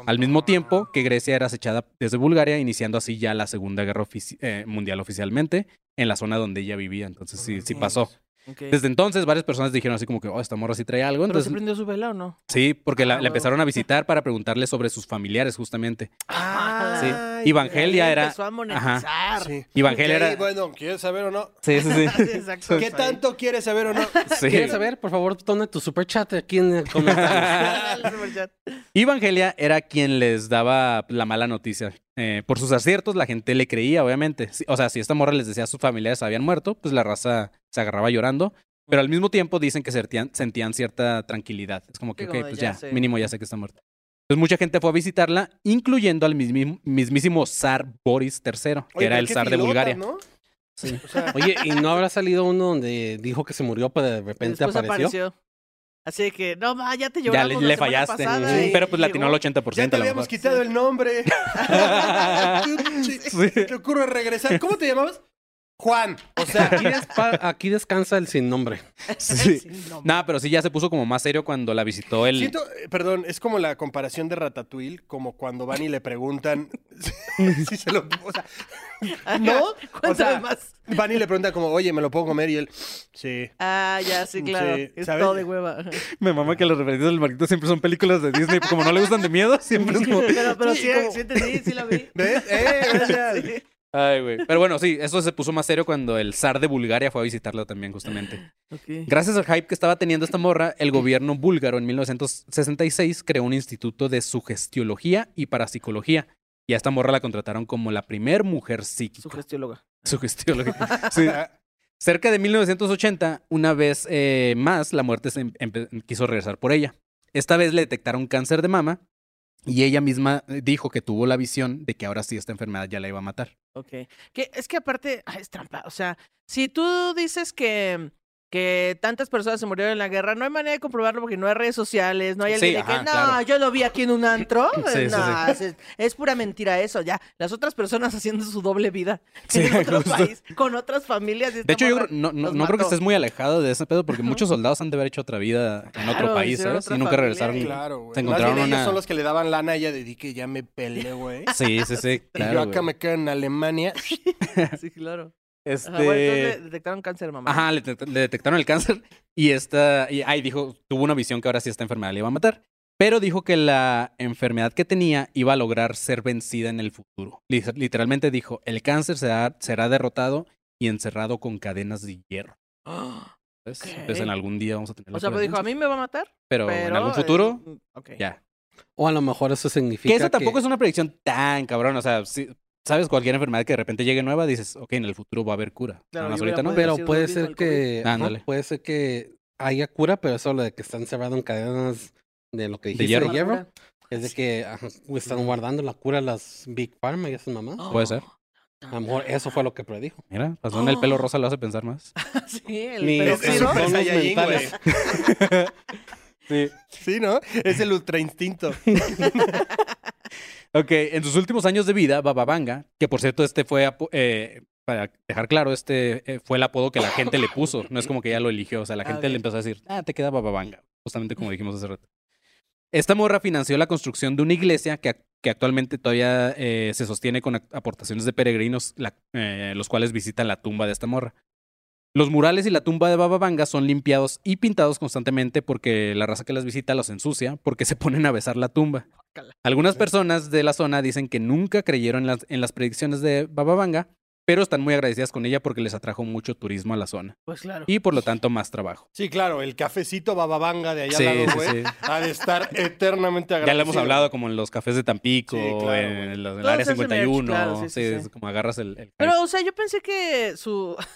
Al mismo tiempo que Grecia era acechada desde Bulgaria, iniciando así ya la Segunda Guerra Ofici- eh, Mundial oficialmente en la zona donde ella vivía. Entonces sí, sí pasó.
Ok.
Desde entonces, varias personas dijeron así como que, oh, esta morra sí trae algo.
¿Pero se
Entonces,
prendió su vela o no?
sí, porque la,
Ah,
la empezaron a visitar para preguntarle sobre sus familiares justamente. Sí.
Ah,
Y Vangelia
Ahí
era...
Empezó a monetizar.
Sí.
Y Vangelia
Ok,
era... Pues
Bueno, ¿quieres saber o no?
Sí, sí, sí.
Sí, exacto.
¿Qué tanto quieres saber o no?
Sí.
¿Quieres saber? Por favor, dona tu super chat aquí en el comentario.
Dale, superchat.
Y Vangelia era quien les daba la mala noticia. Eh, por sus aciertos, la gente le creía, obviamente. Sí, O sea, si esta morra les decía a sus familiares habían muerto, pues la raza se agarraba llorando. Pero al mismo tiempo dicen que sentían, sentían cierta tranquilidad. Es como que,
Sí,
ok,
como de
pues
ya
ya,
sé.
mínimo ya sé que está muerta. Entonces mucha gente fue a visitarla, incluyendo al mismi- mismísimo zar Boris III, que
Oye,
era
pero
el
qué
zar de
filota,
Bulgaria.
¿no?
Sí.
O sea,
Oye, ¿y no habrá salido uno donde dijo que se murió, pero de repente
Después
apareció?
apareció. Así de que, no, ma, ya te
Ya
lloramos
le,
la
le
semana
fallaste.
pasada
Sí,
y
Pero pues
llegó.
latinó al 80%.
ya te
a lo
habíamos
mejor.
quitado el nombre.
Sí.
¿Te ocurre regresar? ¿Cómo te llamabas? Juan. O sea,
Aquí, despa- aquí descansa el sin nombre.
Sí.
Sí, no,
Nah, pero sí ya se puso como más serio cuando la visitó el...
siento, eh, perdón, es como la comparación de Ratatouille, como cuando van y le preguntan si se lo... O sea, ¿no?
Cuéntame
O sea,
más.
Van y le preguntan como, oye, ¿me lo puedo comer? Y él, sí.
Ah, ya, sí, claro.
Sí,
es
¿sabes?
todo de hueva.
Me mama que los referencias del Marquito siempre son películas de Disney. Como no le gustan de miedo, siempre es como.
Pero, pero
Sí,
sí,
como-
sí, entendí, sí la vi.
¿Ves? Eh, gracias.
Sí.
Ay, güey. Pero bueno, sí, eso se puso más serio cuando el zar de Bulgaria fue a visitarla también, justamente.
Ok.
Gracias al hype que estaba teniendo esta morra, el gobierno búlgaro en 1966 creó un instituto de sugestiología y parapsicología Y a esta morra la contrataron como la primer mujer
Su
psíquica.
gestióloga.
Sugestióloga. Sí. ah, Cerca de 1980, una vez eh, más, la muerte se em- empe- quiso regresar por ella. Esta vez le detectaron cáncer de mama y ella misma eh, dijo que tuvo la visión de que ahora sí esta enfermedad ya la iba a matar.
Ok. Que es que aparte, ay, es trampa. O sea, si tú dices que, que tantas personas se murieron en la guerra, no hay manera de comprobarlo porque no hay redes sociales, no hay
Sí,
alguien de que,
ajá,
no,
claro.
yo lo vi aquí en un antro.
Sí, sí, sí.
No, Es, es pura mentira eso, ya. Las otras personas haciendo su doble vida
Sí,
en otro
justo.
país, con otras familias. y
De
esta
hecho, yo
morra
creo- no, no-
los
no creo que
mató.
estés muy alejado de ese pedo porque muchos soldados han de haber hecho otra vida en otro
Claro,
país,
hicieron
¿sabes?
otra
Y nunca
familia
regresaron.
y-
Ah, Claro, güey.
Se
Más
encontraron
bien ellos
una-
son los que le daban lana y ella de "Di que ya me peleé, güey.
Sí, sí, sí.
y yo
Claro,
acá
güey.
me quedo en Alemania.
Sí, claro.
Este...
Ajá, bueno, entonces le detectaron cáncer, mamá.
Ajá, le, det- le detectaron el cáncer y esta, y, ay, dijo, tuvo una visión que ahora sí esta enfermedad le iba a matar, pero dijo que la enfermedad que tenía iba a lograr ser vencida en el futuro. Li- Literalmente dijo, el cáncer será, será derrotado y encerrado con cadenas de hierro.
Ah,
¿Sabes?
Ok.
Entonces en algún día vamos a tener
O
la
sea,
cura
pues
del
dijo, a mí me va a matar,
cáncer, pero,
pero...
en algún
eh,
futuro,
mm, ok.
ya.
O a lo mejor eso significa
Que eso tampoco es una predicción tan cabrón, o sea, si- sabes, cualquier enfermedad que de repente llegue nueva, dices, ok, en el futuro va a haber cura.
Claro,
Nada más
yo
ahorita
hubiera
no, pero
podido- sido
Pero puede
lo mismo
ser
el
que...
COVID.
ajá,
Ándale.
Puede ser que haya cura, pero eso lo de que están cerrado en cadenas de lo que dijiste de
hierro.
hierro,
Ah,
es de que ajá, están guardando la cura las Big Pharma y esas
Oh,
mamás.
puede ser.
A lo mejor eso fue lo que predijo.
mira, pasó
¡Ah!
en el pelo rosa, lo hace pensar más.
Sí, el
Ni-
pelo
es- es
oscuro.
un
Super
Son los
Saiyajin, güey.
mentales.
Sí.
Sí, ¿no? Es el ultra instinto.
Ok, en sus últimos años de vida, Bababanga, que por cierto, este fue, apo- eh, para dejar claro, este eh, fue el apodo que la gente le puso. No es como que ella lo eligió, o sea, la
Ah,
gente
ok.
le empezó a decir, ah, te queda Bababanga, justamente como dijimos hace rato. Esta morra financió la construcción de una iglesia que, ac- que actualmente todavía eh, se sostiene con ac- aportaciones de peregrinos, la- eh, los cuales visitan la tumba de esta morra. Los murales y la tumba de Bababanga son limpiados y pintados constantemente porque la raza que las visita los ensucia porque se ponen a besar la tumba. Algunas personas de la zona dicen que nunca creyeron en las, en las predicciones de Bababanga, pero están muy agradecidas con ella porque les atrajo mucho turismo a la zona
Pues claro.
y por lo tanto más trabajo.
Sí, claro, el cafecito bababanga de allá al lado, güey. Ha de estar eternamente agradecido.
Ya lo hemos hablado como en los cafés de Tampico,
Sí, claro,
en,
güey.
el- en el
Todos
área
hacen merch,
51,
claro, sí, sí,
sí,
sí.
es como agarras el... el-
Pero, o sea, yo pensé que su.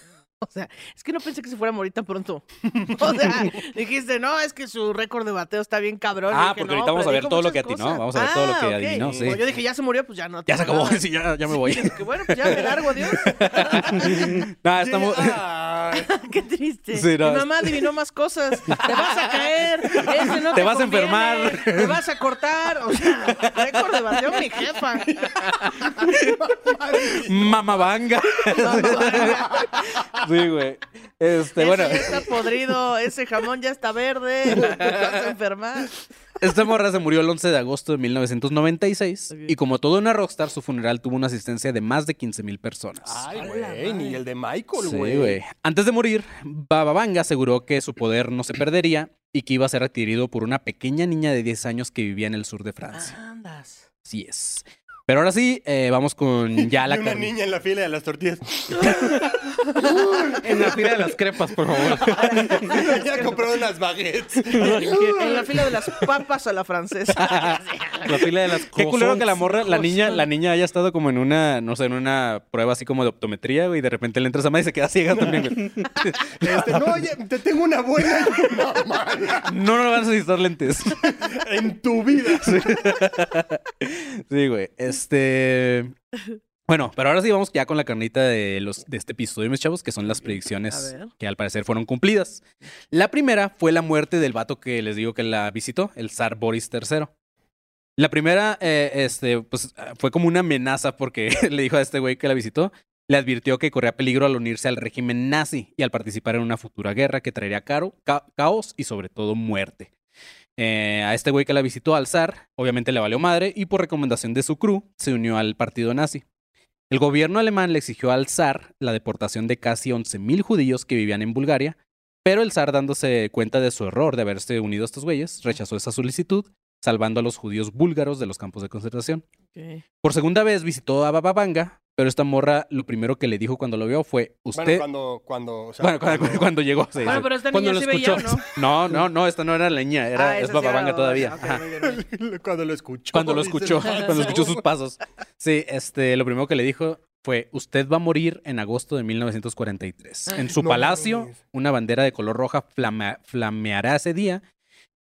O sea, es que no pensé que se fuera a morir tan pronto. O sea, dijiste, no, es que su récord de bateo está bien cabrón. Y
Ah,
dije,
porque
"No,
ahorita vamos a ver
predijo
todo lo
muchas
que atinó,
cosas". Ah,
vamos a ver todo lo que
ok.
adivinó, sí.
Como yo dije, ya se murió, pues ya no.
ya se acabó,
nada".
sí, ya, ya me voy.
Dije, bueno, pues ya me largo, adiós.
Nah, "Ah, estamos...
Ay,
Qué triste.
Sí, no,
Mi mamá adivinó más cosas. Te vas a caer. ese no
Te vas a
conviene,
enfermar.
Te vas a cortar. O sea, récord de bateo, mi jefa.
Mamabanga. sí, güey. Este,
Ese
bueno.
ya está podrido, ese jamón ya está verde, te vas a enfermar.
Esta morra se murió el 11 de agosto de 1996
Ok.
y como todo una rockstar, su funeral tuvo una asistencia de más de 15 mil personas.
Ay, güey, ni el de Michael,
Sí,
güey.
Ah, güey. Antes de morir, Bababanga aseguró que su poder no se perdería y que iba a ser adquirido por una pequeña niña de 10 años que vivía en el sur de Francia.
Andas.
Así es. Pero ahora sí, eh, vamos con ya
Y
la
una
carne.
niña en la fila de las tortillas.
En la fila de las crepas, por favor.
ya compró unas baguettes.
En la fila de las papas a la francesa.
La fila de las
Qué culero que la
croissants.
morra, la niña, la niña haya estado como en una, no sé, en una prueba así como de optometría, güey, y de repente le entra esa madre y se queda ciega también, güey.
Este, no, oye, te tengo una buena. No, man,
No, no vas a necesitar lentes.
en tu vida.
Sí, güey. Este. Bueno, pero ahora sí vamos ya con la carnita de, los, de este episodio, mis chavos, que son las predicciones
A ver.
que al parecer fueron cumplidas. La primera fue la muerte del vato que les digo que la visitó, el zar Boris III. La primera, eh, este, pues fue como una amenaza porque le dijo a este güey que la visitó, le advirtió que corría peligro al unirse al régimen nazi y al participar en una futura guerra que traería caro- ca- caos y sobre todo muerte. Eh, a este güey que la visitó al zar, obviamente le valió madre y por recomendación de su crew se unió al partido nazi. El gobierno alemán le exigió al zar la deportación de casi 11.000 judíos que vivían en Bulgaria, pero el zar dándose cuenta de su error de haberse unido a estos güeyes, rechazó esa solicitud, salvando a los judíos búlgaros de los campos de concentración.
Ok.
Por segunda vez visitó a Bababanga, Pero esta morra lo primero que le dijo cuando lo vio fue usted. Bueno,
cuando, cuando, o sea,
cuando, cuando, llegó. sí,
Bueno,
sí.
pero esta
Cuando
niña
lo
sí veía,
escuchó.
No,
¿no?
no, no, esta no era la niña, era,
Ah,
es
esa sí era
Bababanga
Bababanga,
todavía.
ok,
Ajá.
muy bien, muy bien.
cuando lo escuchó. "Ah,
Cuando lo
dice,
escuchó, cuando escuchó sus pasos.
pasó.
Sí, este, lo primero que le dijo fue, usted va a morir en agosto de 1943. En su
No
palacio,
mames.
una bandera de color roja flama- flameará ese día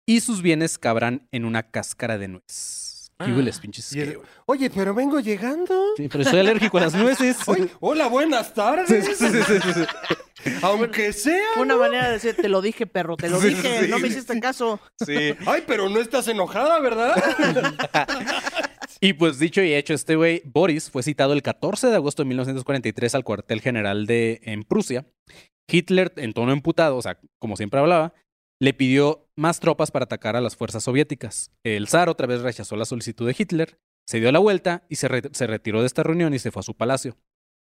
y sus bienes cabrán en una cáscara de nuez. ¿Qué
Ah.
hueles, pinches
Y
que-
él, Oye, pero vengo llegando.
Sí, pero soy alérgico a las nueces.
Oye, hola, buenas
Sí,
tardes.
sí, sí, sí, sí, sí.
Aunque sea.
Una manera de decir, te lo dije, perro, te lo
Sí,
dije,
sí,
no me
sí,
hiciste caso.
Sí.
Ay, pero no estás enojada, ¿verdad?
Y pues dicho y hecho, este güey, Boris, fue citado el 14 de agosto de 1943 al cuartel general de en Prusia. Hitler, en tono emputado, o sea, como siempre hablaba, le pidió más tropas para atacar a las fuerzas soviéticas. El zar otra vez rechazó la solicitud de Hitler, se dio la vuelta y se, re- se retiró de esta reunión y se fue a su palacio.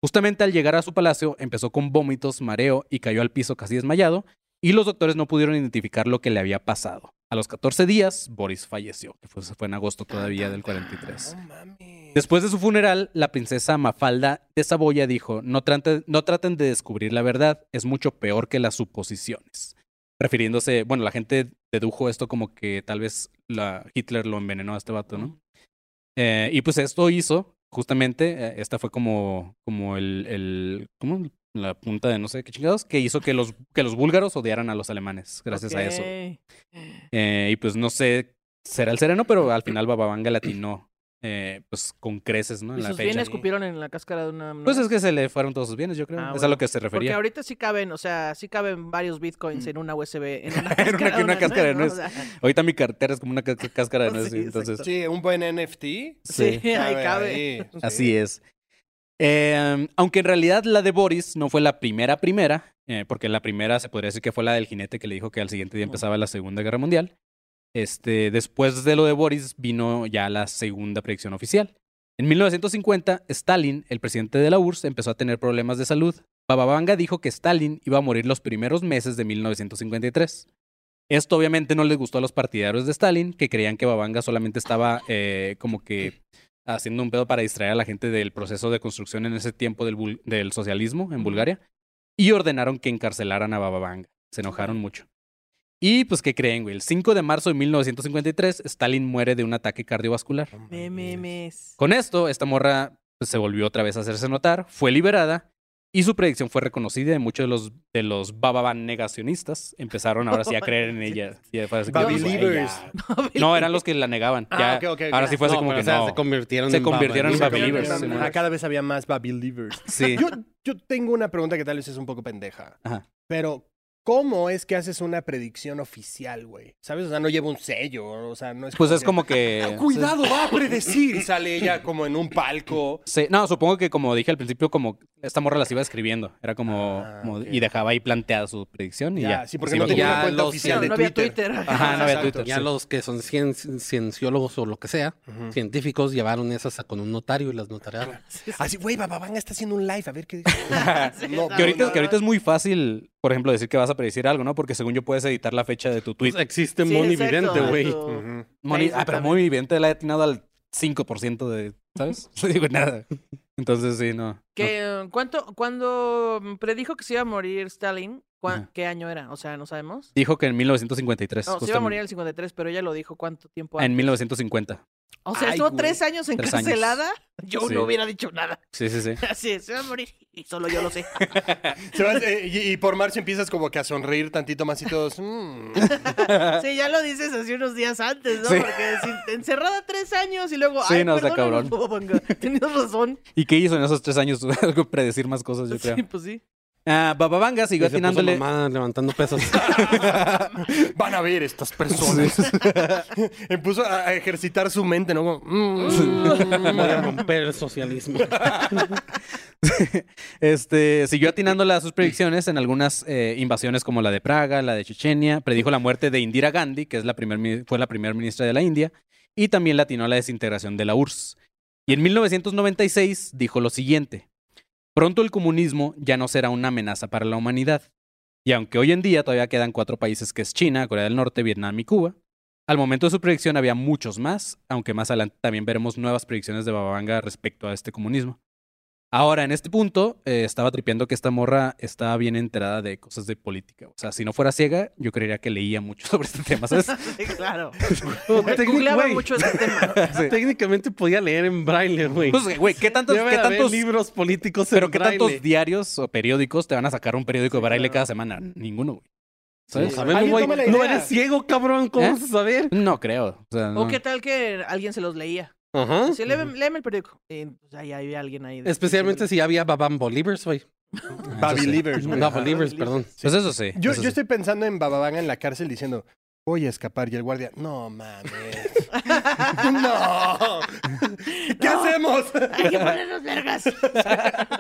Justamente al llegar a su palacio, empezó con vómitos, mareo y cayó al piso casi desmayado, y los doctores no pudieron identificar lo que le había pasado. A los 14 días, Boris falleció, que fue, fue en agosto todavía del 43.
No mames.
Después de su funeral, la princesa Mafalda de Saboya dijo, no, trate- no traten de descubrir la verdad, es mucho peor que las suposiciones. Refiriéndose, bueno, la gente dedujo esto como que tal vez la, Hitler lo envenenó a este vato, ¿no? Eh, y pues esto hizo, justamente, eh, esta fue como, como el, el, ¿cómo? La punta de no sé qué chingados, que hizo que los, que los búlgaros odiaran a los alemanes, gracias a eso. Eh, y pues no sé, será el sereno, pero al final Bababanga latinó, eh, pues con creces, ¿no? En
Y
la
sus
fecha.
bienes escupieron en la cáscara de una...
Pues es que se le fueron todos sus bienes, yo creo.
Ah,
es a
bueno.
lo que se
Porque
refería.
ahorita sí caben, o sea, sí caben varios bitcoins en una USB. En una,
Mm. En una- en una cáscara de nuez.
O sea,
Ahorita mi cartera es como una ca- ca- cáscara de
Sí,
nuez, entonces.
Sí, un buen NFT.
sí, ahí
Cabe
cabe.
ahí, sí.
Así es. Eh, aunque en realidad la de Boris no fue la primera primera, eh, porque la primera se podría decir que fue la del jinete que le dijo que al siguiente día empezaba la Segunda Guerra Mundial. Este, después de lo de Boris vino ya la segunda predicción oficial. En 1950, Stalin, el presidente de la URSS, empezó a tener problemas de salud. Bababanga dijo que Stalin iba a morir los primeros meses de 1953. Esto obviamente no les gustó a los partidarios de Stalin, que creían que Babanga solamente estaba eh, como que haciendo un pedo para distraer a la gente del proceso de construcción en ese tiempo del, bul- del socialismo en Bulgaria y ordenaron que encarcelaran a Bababanga. Se enojaron mucho. Y pues, ¿qué creen, güey? El 5 de marzo de 1953, Stalin muere de un ataque cardiovascular.
No mames.
Memes.
Con esto, esta morra pues, se volvió otra vez a hacerse notar, fue liberada y su predicción fue reconocida y muchos de los, de los Bababan negacionistas empezaron ahora sí a creer en ella. Ya fue así como,
Babi
"Güey,
Believers.
ya". No, eran los que la negaban. Ya,
Ah, ok, ok, ok.
Ahora sí fue así
No,
como
pero,
que
o sea,
no.
se convirtieron
Se
en baba,
convirtieron
¿no?
en
Se
Babi Believers,
convirtieron en
sí,
baba.
Ah, Cada vez había más Babylivers.
Sí.
Yo, yo tengo una pregunta que tal vez es un poco pendeja.
Ajá.
Pero, ¿cómo es que haces una predicción oficial, güey? ¿Sabes? O sea, no lleva un sello. O sea, no es
Pues es
que-
como que...
Ah, Cuidado, va a predecir. Sale ella como en un palco.
Sí, no, supongo que como dije al principio, como esta morra las iba escribiendo. Era como.
Ah,
como-
ok.
Y dejaba ahí planteada su predicción y
Ya,
ya.
sí, porque
Así
no
iba
tenía
como-
una
ya
cuenta
los-
oficial de
no había
Twitter.
Twitter.
Ajá, no había
Exacto.
Twitter.
Ya
sí.
los que son cien- cienciólogos o lo que sea,
Ujú.
científicos, llevaron esas a- con un notario y las notariaron.
Así, güey, Bababanga está haciendo un live. A ver qué dice. No,
Que ahorita, que ahorita es muy fácil, por ejemplo, decir que vas a predecir algo, ¿no? Porque según yo puedes editar la fecha de tu
Pues,
tweet.
existe
Sí,
Moni
exacto,
Vidente, güey.
exacto.
Ujú.
Moni- ah, pero
exactamente.
muy evidente, la he atinado al 5% de. ¿Sabes? No digo nada. Entonces, sí, no. no.
Que, eh, ¿cuánto, cuando mm, predijo que se iba a morir Stalin, ¿cuá-
Ajá.
¿qué año era? O sea, no sabemos.
Dijo que en 1953.
No, se iba a
justamente.
morir en el 53, pero ella lo dijo cuánto tiempo
En
antes.
1950.
O sea,
Ay,
estuvo
güey.
tres años
Tres años.
encarcelada. Yo
Sí.
no hubiera dicho nada.
Sí, sí, sí.
Así, es, se va a morir. Y solo yo lo sé.
Se va- eh, y, y por marzo empiezas como que a sonreír tantito más y todos. mm.
Sí, ya lo dices así unos días antes, ¿no?
Sí.
Porque si- encerrada tres años y luego.
Sí,
ay,
no, está
perdónanos,
cabrón.
Bobonga, Tenías razón.
¿Y qué hizo en esos tres años? Predecir más cosas, yo creo.
Sí, pues sí.
Ah, Bababanga
Y
siguió
se puso
atinándole.
mamá levantando pesos.
Van a ver estas personas. Empezó a a ejercitar su mente, ¿no? Como, mm.
Voy a romper el socialismo.
Este, siguió atinándole a sus predicciones en algunas eh, invasiones como la de Praga, la de Chechenia. Predijo la muerte de Indira Gandhi, que es la primer, mi- fue la primer ministra de la India, y también le atinó a la desintegración de la URSS. Y en 1996 dijo lo siguiente. Pronto el comunismo ya no será una amenaza para la humanidad. Y aunque hoy en día todavía quedan cuatro países que es China, Corea del Norte, Vietnam y Cuba, al momento de su predicción había muchos más, aunque más adelante también veremos nuevas predicciones de Bababanga respecto a este comunismo. Ahora, en este punto, eh, estaba tripeando que esta morra estaba bien enterada de cosas de política. O sea, si no fuera ciega, yo creería que leía mucho sobre este tema, ¿sabes?
Sí, claro.
Técnic-
Googleaba
güey,
mucho ese tema.
Sí.
Técnicamente podía leer en braille, güey.
Pues, güey, ¿qué tantos,
Debe
qué
de haber
tantos,
libros políticos en
pero qué
braille.
tantos diarios o periódicos te van a sacar un periódico de braille
claro.
cada semana? Ninguno, güey.
No
¿Sabes?
sabemos,
Alguien
güey.
toma la
No
idea.
eres ciego, cabrón. ¿Cómo
¿Eh?
vas a saber?
No creo. O sea,
O
no.
qué tal que alguien se los leía.
Ajá.
Sí, léeme, léeme el periódico. Y pues, ahí había alguien ahí. de-
Especialmente si había Babam Believers, güey.
Baby Leavers, güey.
Babam Ah, Believers, perdón.
Pues eso sí.
Yo,
eso sí.
yo estoy pensando en Bababanga en la cárcel diciendo, voy a escapar. Y el guardia, no mames. no. ¿Qué hacemos?
Hay que ponernos vergas.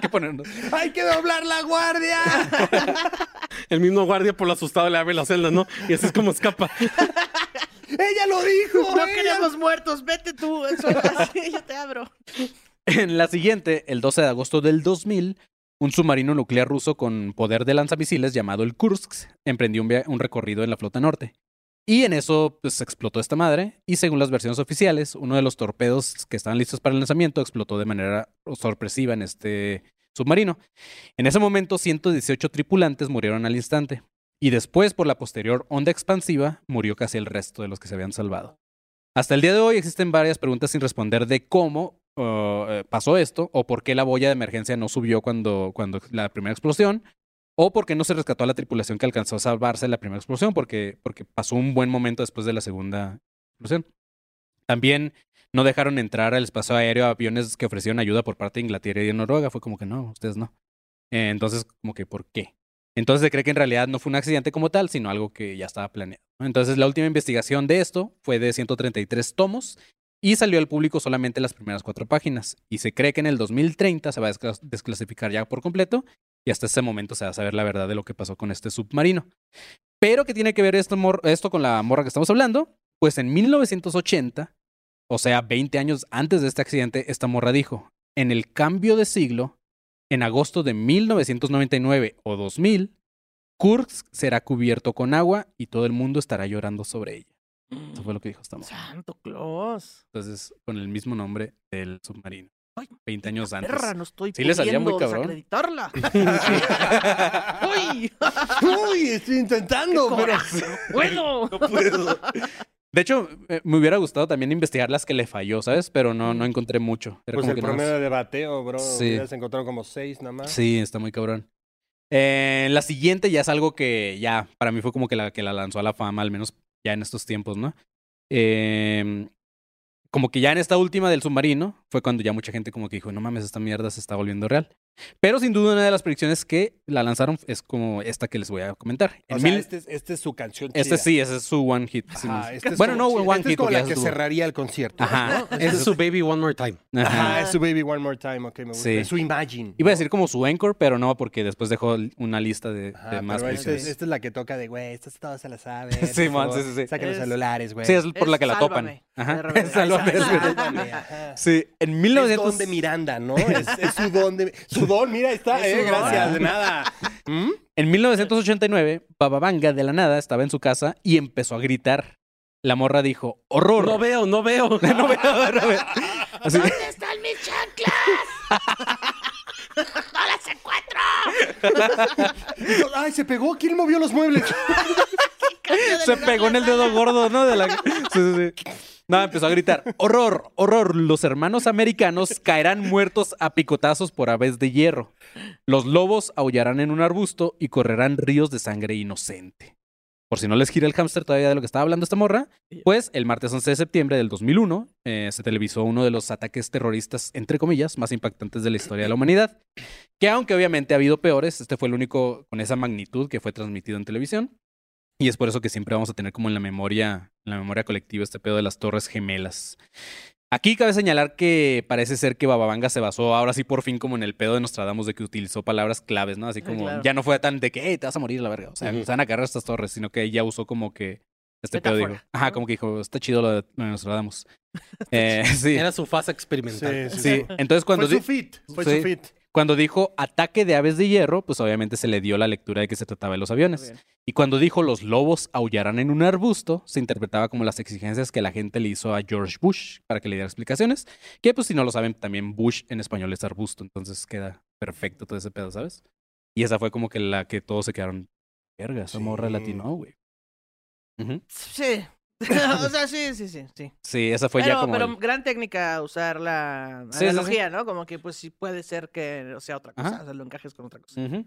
¿Qué ponernos?
Hay que doblar la guardia.
El mismo guardia por lo asustado le abre la celda, ¿no? Y así es como escapa.
Ella lo dijo.
No
ella".
queremos muertos, vete tú. Eso es así, yo te abro.
En la siguiente, el 12 de agosto del 2000, un submarino nuclear ruso con poder de lanzamisiles llamado el Kursk emprendió un, via- un recorrido en la flota norte. Y en eso pues, explotó esta madre, y según las versiones oficiales, uno de los torpedos que estaban listos para el lanzamiento explotó de manera sorpresiva en este submarino. En ese momento, 118 tripulantes murieron al instante, y después, por la posterior onda expansiva, murió casi el resto de los que se habían salvado. Hasta el día de hoy existen varias preguntas sin responder de cómo uh, eh, pasó esto, o por qué la boya de emergencia no subió cuando, cuando la primera explosión, o por qué no se rescató a la tripulación que alcanzó a salvarse de la primera explosión, porque, porque pasó un buen momento después de la segunda explosión. También no dejaron entrar al espacio aéreo a aviones que ofrecieron ayuda por parte de Inglaterra y de Noruega. Fue como que no, ustedes no. Eh, entonces, como que, ¿por qué? Entonces se cree que en realidad no fue un accidente como tal, sino algo que ya estaba planeado. ¿no? Entonces la última investigación de esto fue de 133 tomos y salió al público solamente las primeras cuatro páginas. Y se cree que en el 2030 se va a desclas- desclasificar ya por completo y hasta ese momento se va a saber la verdad de lo que pasó con este submarino. Pero ¿qué tiene que ver esto, mor- esto con la morra que estamos hablando? Pues en 1980, o sea, 20 años antes de este accidente, esta morra dijo, en el cambio de siglo, en agosto de 1999 o 2000, Kursk será cubierto con agua y todo el mundo estará llorando sobre ella. Eso fue lo que dijo esta morra.
Santo Claus.
Entonces, con el mismo nombre del submarino.
Ay,
20 años antes.
Perra, no estoy
Sí le salía muy
pudiendo
cabrón.
desacreditarla. ¡Uy!
Uy, estoy intentando, pero.
¡Bueno!
De hecho, eh, me hubiera gustado también investigar las que le falló, ¿sabes? Pero no, no encontré mucho. Era
Pues
como
el
que nada más-
promedio de bateo, bro.
Sí.
Sí. Se encontraron como seis nada más.
Sí, está muy cabrón. Eh, la siguiente ya es algo que ya, para mí fue como que la que la lanzó a la fama, al menos ya en estos tiempos, ¿no? Eh, como que ya en esta última del submarino fue cuando ya mucha gente como que dijo, no mames, esta mierda se está volviendo real. Pero sin duda una de las predicciones que la lanzaron es como esta que les voy a comentar.
O
En
sea,
mil-
este, es- este es su canción.
este
chida.
sí, ese es su one hit. sí,
Ajá,
no-
este es
bueno,
su-
no,
sí,
one
este
hit.
es como
porque
la
ya
que
estuvo-
cerraría el concierto.
Ajá.
Ese es su baby one more time.
ajá.
Ajá, es su Baby One More Time, ok, me gusta.
Sí.
Es su Imagine.
Iba a decir como su encore, pero no, porque después dejó una lista de,
Ajá,
de más
pero esta, es,
predicciones.
esta es la que toca de, güey, estas todas se las saben.
Sí,
por
man,
favor,
sí, sí, sí.
Saquen los
Es-
celulares, güey.
Sí, es por la que la
Es
topan.
Sálvame, de
Ajá.
repente.
Es Sálvame,
Ay,
es verdad.
Sálvame, ajá.
Sí, en
Es
1900...
don de Miranda, ¿no? Es, es su don de... Su don, mira, ahí está.
Es
eh,
su don.
gracias, de nada. ¿Mm?
En 1989, Bababanga de la nada estaba en su casa y empezó a gritar. La morra dijo, horror.
No veo, no veo.
No veo, no veo. Así-
¿Dónde están mis chanclas? ¡No las encuentro!
Dijo, Ay, se pegó. ¿Quién movió los muebles?
Cambio de
se
lugar
pegó en
la
el dedo
sala.
gordo, ¿no? De la... Sí, sí, sí. No, empezó a gritar, horror, horror, los hermanos americanos caerán muertos a picotazos por aves de hierro. Los lobos aullarán en un arbusto y correrán ríos de sangre inocente. Por si no les gira el hámster todavía de lo que estaba hablando esta morra, pues el martes 11 de septiembre del 2001 eh, se televisó uno de los ataques terroristas, entre comillas, más impactantes de la historia de la humanidad. Que aunque obviamente ha habido peores, este fue el único con esa magnitud que fue transmitido en televisión. Y es por eso que siempre vamos a tener como en la memoria, en la memoria colectiva este pedo de las Torres Gemelas. Aquí cabe señalar que parece ser que Bababanga se basó ahora sí por fin como en el pedo de Nostradamus de que utilizó palabras claves, ¿no? Así
Ah,
como
claro.
ya no fue tan de que "Eh, te vas a morir a la verga, o sea,
Ujú.
se van a cargar estas torres, sino que ella usó como que este pedo dijo,
Metáfora,
ajá,
¿no?
como que dijo, está chido lo de Nostradamus. Eh, sí,
Era su fase experimental.
sí. Entonces cuando
Fue
di-
su fit. Fue
Sí.
su fit.
Cuando dijo ataque de aves de hierro, pues obviamente se le dio la lectura de que se trataba de los aviones.
Muy bien.
Y cuando dijo los lobos aullarán en un arbusto, se interpretaba como las exigencias que la gente le hizo a George Bush para que le diera explicaciones. Que pues si no lo saben, también Bush en español es arbusto, entonces queda perfecto todo ese pedo, ¿sabes? Y esa fue como que la que todos se quedaron, verga, esa morra
Sí.
latino, güey. Ujú.
Sí. o sea, sí, sí, sí, sí.
Sí, esa fue Pues ya
pero
como...
pero
el-
gran técnica usar la
Sí, sí, sí.
analogía, ¿no? Como que pues sí puede ser que sea otra cosa,
Ajá.
o sea, lo encajes con otra cosa.
Ujú.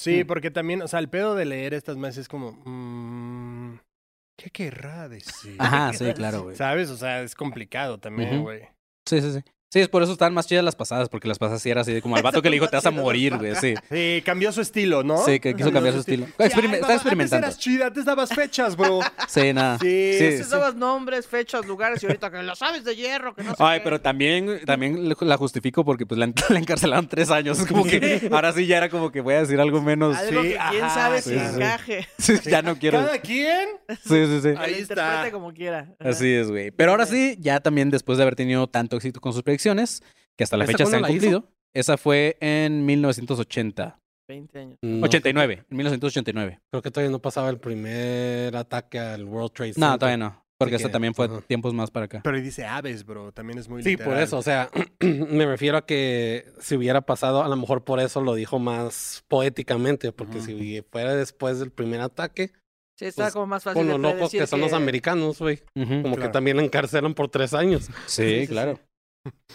Sí,
Mm.
porque también, o sea, el pedo de leer estas más es como, mm, ¿qué querrá decir?
Ajá, sí, claro, Ah, güey.
¿Sabes? O sea, es complicado también,
Ujú.
güey.
Sí, sí, sí. Sí, es por eso están más chidas las pasadas, porque las pasadas sí era así de como al vato que le dijo, te vas a morir, güey. Sí,
Sí, cambió su estilo, ¿no?
sí, que quiso
Cambió
cambiar su estilo. Experime-
Ay,
está
mamá,
experimentando.
Antes eras chida, antes dabas fechas, bro.
Sí, nada.
Sí,
Sí,
Antes dabas nombres, fechas, lugares y ahorita que las aves de hierro, que no sé
Ay,
qué.
pero también, también la justifico porque pues la, la encarcelaron tres años. Como que ahora sí ya era como que voy a decir algo menos.
Algo
sí,
que quién
ajá,
sabe
pues sí,
si
sí.
encaje.
Sí, ya no quiero.
Cada quien.
Sí, sí, sí.
Ahí
Ahí
lo
está.
interprete como quiera. Ajá.
Así es, güey. Pero ahora sí, ya también después de haber tenido tanto éxito con sus predicciones, que hasta la
¿Esa
fecha se han
cuándo la hizo?
cumplido. Esa fue en 1980.
20 años.
No,
89, en 1989.
Mm, Creo que todavía no pasaba el primer ataque al World Trade Center.
No, todavía no. Porque
que,
esta también fue
ajá.
tiempos más para acá.
Pero dice aves, bro. También es muy
Sí, por
literal.
eso, o sea, me refiero a que si hubiera pasado, a lo mejor por eso lo dijo más poéticamente, porque
Ujú.
si fuera después del primer ataque,
Sí, estaba
Pues,
como más fácil
con
de
los locos
predecir
que son los americanos, güey,
Ujú.
como
Claro.
que también la encarcelan por tres años.
Sí,
sí,
claro.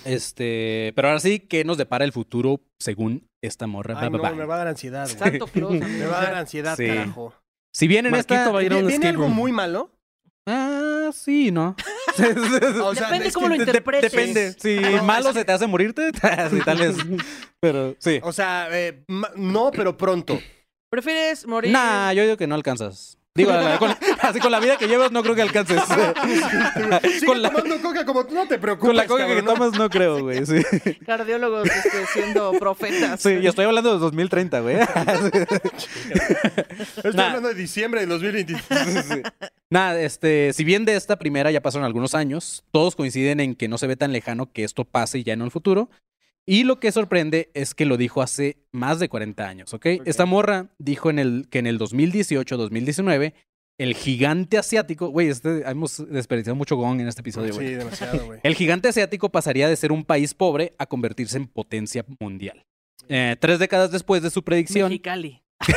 Este, pero ahora sí, ¿qué nos depara el futuro según esta morra?
Ay,
Ba, ba,
no, me
ba.
va a dar ansiedad, güey.
Santo Claus, amigo.
Me va a dar ansiedad,
Sí.
carajo.
Si bien en
Marquito
esta
va a ir a un
¿Tiene
escape
algo
room.
muy malo?
Ah, sí, ¿no?
O sea,
Depende
es
cómo lo
que de- de-
interpretes.
Depende. Si
No,
malo
es que-
se te hace morirte, sí, tal vez. Pero sí.
O sea, eh, ma- no, pero pronto.
¿Prefieres morir?
Nah, yo digo que no alcanzas. Digo, con- así con la vida que llevas no creo que alcances.
Sigue
con la,
tomando coca como no te preocupes,
con la coca que
cabrón, ¿no?
tomas no creo, güey. Sí.
Cardiólogos este, siendo profetas.
Sí, y estoy hablando de 2030, güey.
Estoy
Nah.
hablando de diciembre de 2023.
Nada, este, si bien de esta primera ya pasaron algunos años, todos coinciden en que no se ve tan lejano que esto pase ya en el futuro. Y lo que sorprende es que lo dijo hace más de 40 años, ¿ok? Esta morra dijo en el, que en el 2018-2019, el gigante asiático, güey, este, hemos desperdiciado mucho gong en este episodio, güey.
Sí, demasiado, güey.
El gigante asiático pasaría de ser un país pobre a convertirse en potencia mundial. Eh, tres décadas después de su predicción,
Mexicali.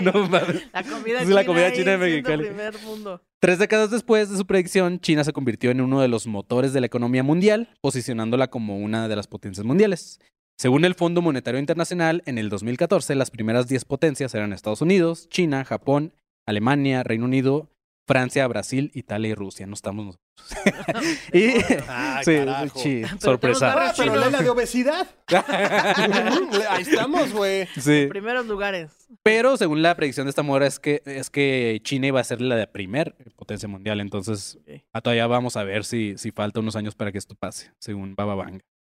no mames.
La comida
Es
china.
la comida china de
ahí siendo
Mexicali.
primer mundo.
Tres décadas después de su predicción, China se convirtió en uno de los motores de la economía mundial, posicionándola como una de las potencias mundiales. Según el Fondo Monetario Internacional, en el 2014 las primeras 10 potencias eran Estados Unidos, China, Japón, Alemania, Reino Unido, Francia, Brasil, Italia y Rusia. No estamos nosotros. y
Ah,
sí,
carajo.
sí,
tenemos
sorpresa.
Ah, pero lee la de obesidad. Ahí estamos, güey.
Sí.
Primeros lugares.
Pero según la predicción de esta mora es que es que China iba a ser la de primer potencia mundial, entonces
Ok.
Ah, todavía vamos a ver si, si falta unos años para que esto pase, según Baba Vanga.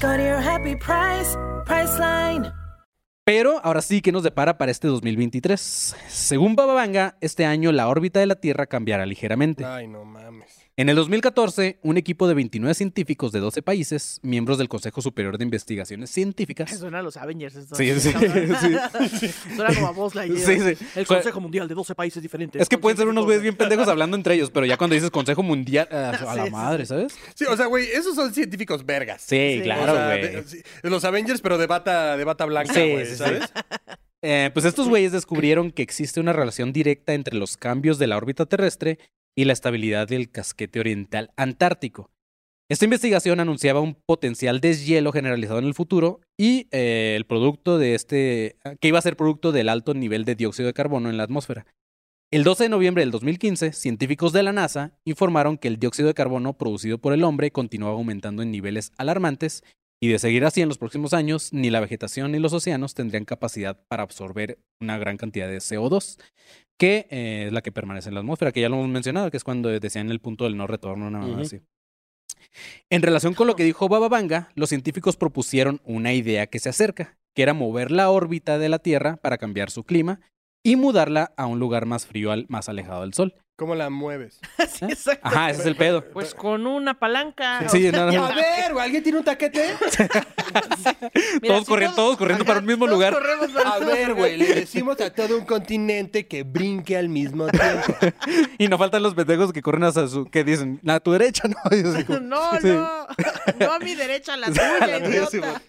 Go to your happy price, Priceline.
Pero ahora sí, ¿qué nos depara para este 2023? Según Baba Vanga, este año la órbita de la Tierra cambiará ligeramente.
Ay, no mames.
En el 2014, un equipo de 29 científicos de 12 países, miembros del Consejo Superior de Investigaciones Científicas,
Pues Suena a los Avengers. esto.
Sí, sí,
Cabrón. Suena como a Buzz Lightyear.
Sí, sí.
El Consejo Mundial de 12 países diferentes.
es que
con
pueden ser unos güeyes bien
científicos.
pendejos hablando entre ellos, pero ya cuando dices Consejo Mundial, ah, a
Sí,
la
sí,
madre, ¿sabes?
Sí, o sea, güey, esos son científicos vergas.
Sí,
Sí.
O
claro,
sea,
güey.
de- sí, de los Avengers, pero de bata, de bata blanca,
Sí,
güey,
sí, sí.
¿sabes?
Eh, pues estos güeyes descubrieron que existe una relación directa entre los cambios de la órbita terrestre y la estabilidad del casquete oriental antártico. Esta investigación anunciaba un potencial deshielo generalizado en el futuro y eh, el producto de este, que iba a ser producto del alto nivel de dióxido de carbono en la atmósfera. El 12 de noviembre del 2015, científicos de la NASA informaron que el dióxido de carbono producido por el hombre continuaba aumentando en niveles alarmantes Y de seguir así en los próximos años, ni la vegetación ni los océanos tendrían capacidad para absorber una gran cantidad de CO2, que eh, es la que permanece en la atmósfera, que ya lo hemos mencionado, que es cuando decían el punto del no retorno, nada más
Ujú.
así. En relación con lo que dijo Bababanga, los científicos propusieron una idea que se acerca, que era mover la órbita de la Tierra para cambiar su clima y mudarla a un lugar más frío, al- más alejado del Sol.
¿Cómo la mueves?
Sí, exacto.
Ajá, ese es el pedo.
Pues con una palanca.
Sí, no, no, no.
A ver, güey, ¿alguien tiene un taquete?
Todos corriendo- todos corriendo para un mismo lugar.
corremos para
A
un
ver,
mismo
güey,
lugar.
le decimos a todo un continente que brinque al mismo tiempo.
Y no faltan los pendejos que corren hacia su. que dicen, a tu derecha, ¿no? Y así como-
No,
Sí.
no. No a mi derecha, a la tuya, idiota.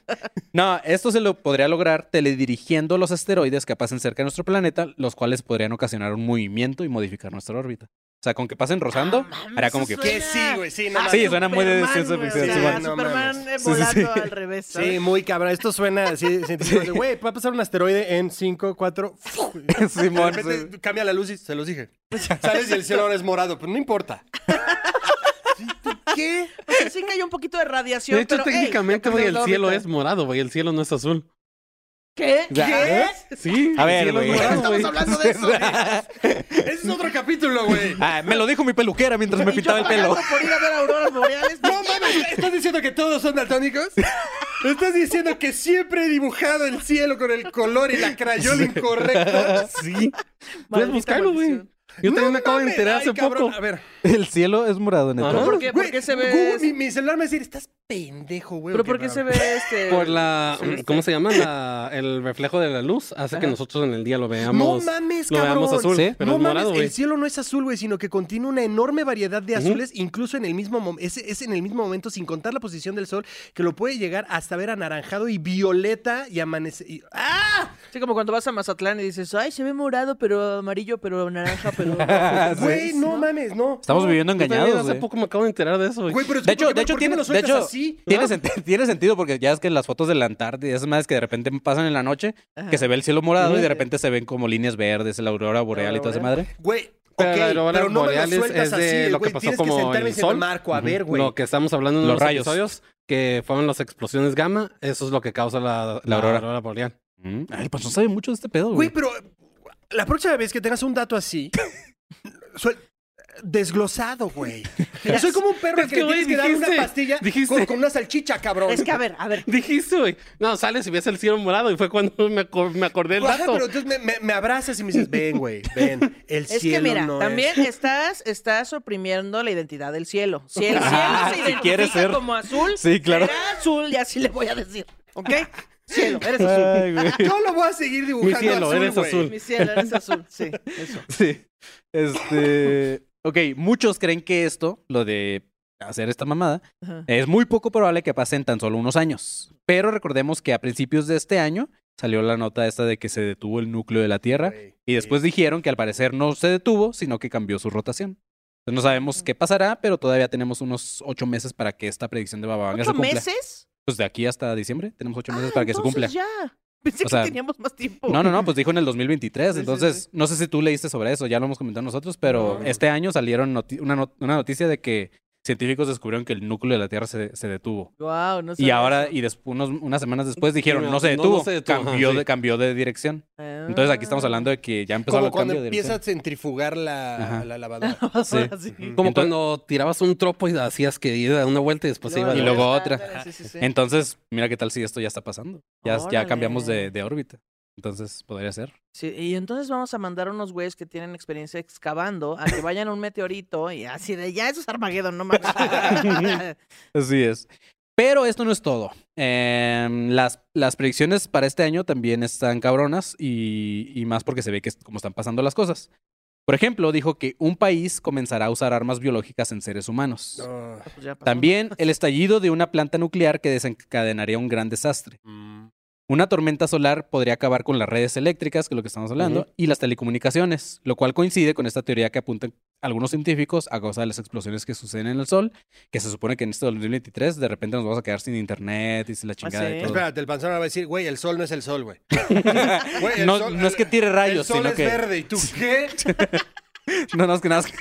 No, esto se lo podría lograr teledirigiendo los asteroides que pasen cerca de nuestro planeta, los cuales podrían ocasionar un movimiento y modificar nuestra órbita. O sea, con que pasen rozando, hará como que.
eso
Que
suena-
sí, güey, sí, no
Ah,
mames.
Sí, suena muy de
Superman,
ciencia
güey, o
ficción,
sea,
sí, no
Superman
mames.
eh,
Sí, sí,
volando
sí.
al revés.
Sí,
¿sabes?
muy cabrón. Esto suena así, científicos de, güey, va a pasar un asteroide en 5, 4.
Simón,
de repente
sí.
cambia la luz y se los dije. Sales y el cielo ahora es morado, pero no importa. ¿Qué?
O sea, sí cayó un poquito de radiación.
De hecho,
pero, ey,
técnicamente,
ya
güey, el
cambió la
cielo
órbita.
es morado, güey. El cielo no es azul.
¿Qué?
¿Qué?
¿eh?
Sí.
A
el
ver,
cielo es
güey.
morado,
Estamos
güey.
hablando de eso. güey.
Ese es otro capítulo, güey.
Ah, me lo dijo mi peluquera mientras me
Y
pintaba
yo
el pelo.
pagando por ir a ver auroras boreales.
No mames, ¿estás diciendo que todos son daltónicos? ¿Estás diciendo que siempre he dibujado el cielo con el color y la crayola incorrecta?
Sí. Puedes
Maldita
buscarlo, güey.
maldición.
Yo también
No
me acabo de
mames,
enterar hace
ay, cabrón,
poco.
A ver,
El cielo es morado, neta.
Ajá.
¿Por qué, por
Güey,
qué se
Google, mi,
ve...?
mi celular me dice, estás pendejo, güey.
¿Pero
Ok,
por qué
va,
se
va.
ve este...?
Por la,
Sí, sí.
¿cómo se llama? La- el reflejo de la luz hace que nosotros en el día lo
No
veamos.
mames,
lo
cabrón.
veamos azul,
Sí.
pero
no
es morado,
mames,
güey.
el cielo no es azul, güey, sino que contiene una enorme variedad de azules, incluso en el mismo momento, es, es en el mismo momento, sin contar la posición del sol, que lo puede llegar hasta ver anaranjado y violeta y amanecer. y- ¡Ah!
Sí, como cuando vas a Mazatlán y dices, ay, se ve morado, pero amarillo, pero naranja, pero... rojo".
Sí.
Güey, no mames, no.
Estamos viviendo
Yo también
engañados,
hace
güey.
poco me acabo de enterar de eso, güey.
Güey, pero es
De
que ¿por
hecho,
qué-
de hecho,
por qué
tiene,
me lo
de
sueltas
hecho
así?
tiene, senti- tiene sentido porque ya es que las fotos de la Antártida, esas madres que de repente pasan en la noche, que se ve el cielo morado y de repente se ven como líneas verdes, la aurora boreal y toda esa madre.
Güey,
Pero
ok,
la aurora
pero no me lo
boreal es-
sueltas
es de
así,
lo que
güey.
pasó
Tienes
como
que sentarme
el
y decirme,
sol.
Marco, a ver, güey.
Lo que estamos hablando en
Los
los
rayos.
episodios, que fueron las explosiones gamma, eso es lo que causa la, la
aurora.
aurora. boreal.
Mm. Ay, pues no sabe mucho de este pedo,
Güey, pues,
güey.
pero la próxima vez que tengas un dato así, suel- desglosado, güey. Soy como un perro
es
que,
que,
le tienes
güey,
que dar
dijiste-
una pastilla
dijiste-
Con, con una salchicha, cabrón.
Es que, a ver, a ver.
Dijiste, güey. No, sales y ves el cielo morado y fue cuando me, aco- me acordé del
Ajá,
dato.
pero entonces me, me- me abrazas y me dices, ven, güey, ven. El
Es
cielo
que mira,
no
también
es.
estás, estás oprimiendo la identidad del cielo. Si el cielo
Ah,
se
si
identifica
quieres ser-
como azul,
Sí, claro.
será azul, y así le voy a decir. ¿Ok? Cielo, eres azul.
Ay, güey.
Yo lo voy a seguir dibujando
Mi cielo,
azul,
eres
güey.
azul.
Mi cielo, eres azul. Sí, eso.
Sí. Este. Ok, muchos creen que esto, lo de hacer esta mamada,
Ajá.
es muy poco probable que pase en tan solo unos años. Pero recordemos que a principios de este año salió la nota esta de que se detuvo el núcleo de la Tierra
Güey,
y después dijeron que al parecer no se detuvo, sino que cambió su rotación. Entonces, no sabemos qué pasará, pero todavía tenemos unos ocho meses para que esta predicción de Bababanga se
¿Ocho
cumpla.
meses?
Pues de aquí hasta diciembre tenemos ocho meses
Ah,
para que se cumpla.
entonces ya. Pensé
O sea,
que teníamos más tiempo.
No, no, no, pues dijo en el 2023.
Sí, sí,
entonces,
sí.
no sé si tú leíste sobre eso, ya lo hemos comentado nosotros, pero
No.
este año salieron noti- una, not- una noticia de que científicos descubrieron que el núcleo de la Tierra se, se detuvo.
Wow, no
Y
sabía
ahora,
eso.
y después, unas semanas después, dijeron,
no,
no, se
no, no
detuvo,
se detuvo, ajá,
cambió,
sí.
de, cambió de dirección.
Ah.
Entonces, aquí estamos hablando de que ya empezó
Como
el
cuando
cambio de
empieza
dirección.
a centrifugar la,
Ajá.
la lavadora.
Ah, Ahora sí.
Como
Como cuando tirabas un tropo y hacías que iba a una vuelta y después se iba
Y
de-
luego
Ah,
otra.
ándale, sí, sí, sí.
Entonces, mira qué tal si esto ya está pasando. Ya, ya
Órale.
cambiamos de, de órbita. Entonces, podría ser.
Sí, y entonces vamos a mandar a unos güeyes que tienen experiencia excavando a que vayan a un meteorito y así de ya eso es Armageddon, no mames.
Así es. Pero esto no es todo. Em, las, las predicciones para este año también están cabronas y, y más porque se ve que es como están pasando las cosas. Por ejemplo, dijo que un país comenzará a usar armas biológicas en seres humanos.
No.
Pues ya pasó.
También el estallido de una planta nuclear que desencadenaría un gran desastre. Una tormenta solar podría acabar con las redes eléctricas, que es lo que estamos hablando,
Ujú.
y las telecomunicaciones, lo cual coincide con esta teoría que apuntan algunos científicos a causa de las explosiones que suceden en el Sol, que se supone que en este 2023 de repente nos vamos a quedar sin internet y sin la chingada
sí?
de todo.
Espérate, el panzón va a decir, güey, el sol no es el sol, güey. Güey, el
No,
sol-
no es que tire
el
rayos,
sol
sino
es
que...
verde. ¿Y tú qué?
No, no, es que nada. Sí,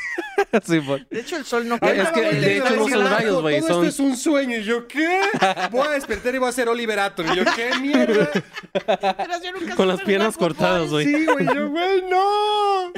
pues. por-
De hecho, el sol no
Ah,
quema.
es que,
güey.
de hecho, no son
Carajo,
rayos, güey,
Todo
son-
esto es un sueño. ¿Y yo qué? Voy a despertar y voy a ser Oliver Atom. ¿Y yo qué mierda?
Pero yo nunca supe
Con las piernas
jugar fútbol.
cortadas, güey.
Sí, güey. Yo, güey, no.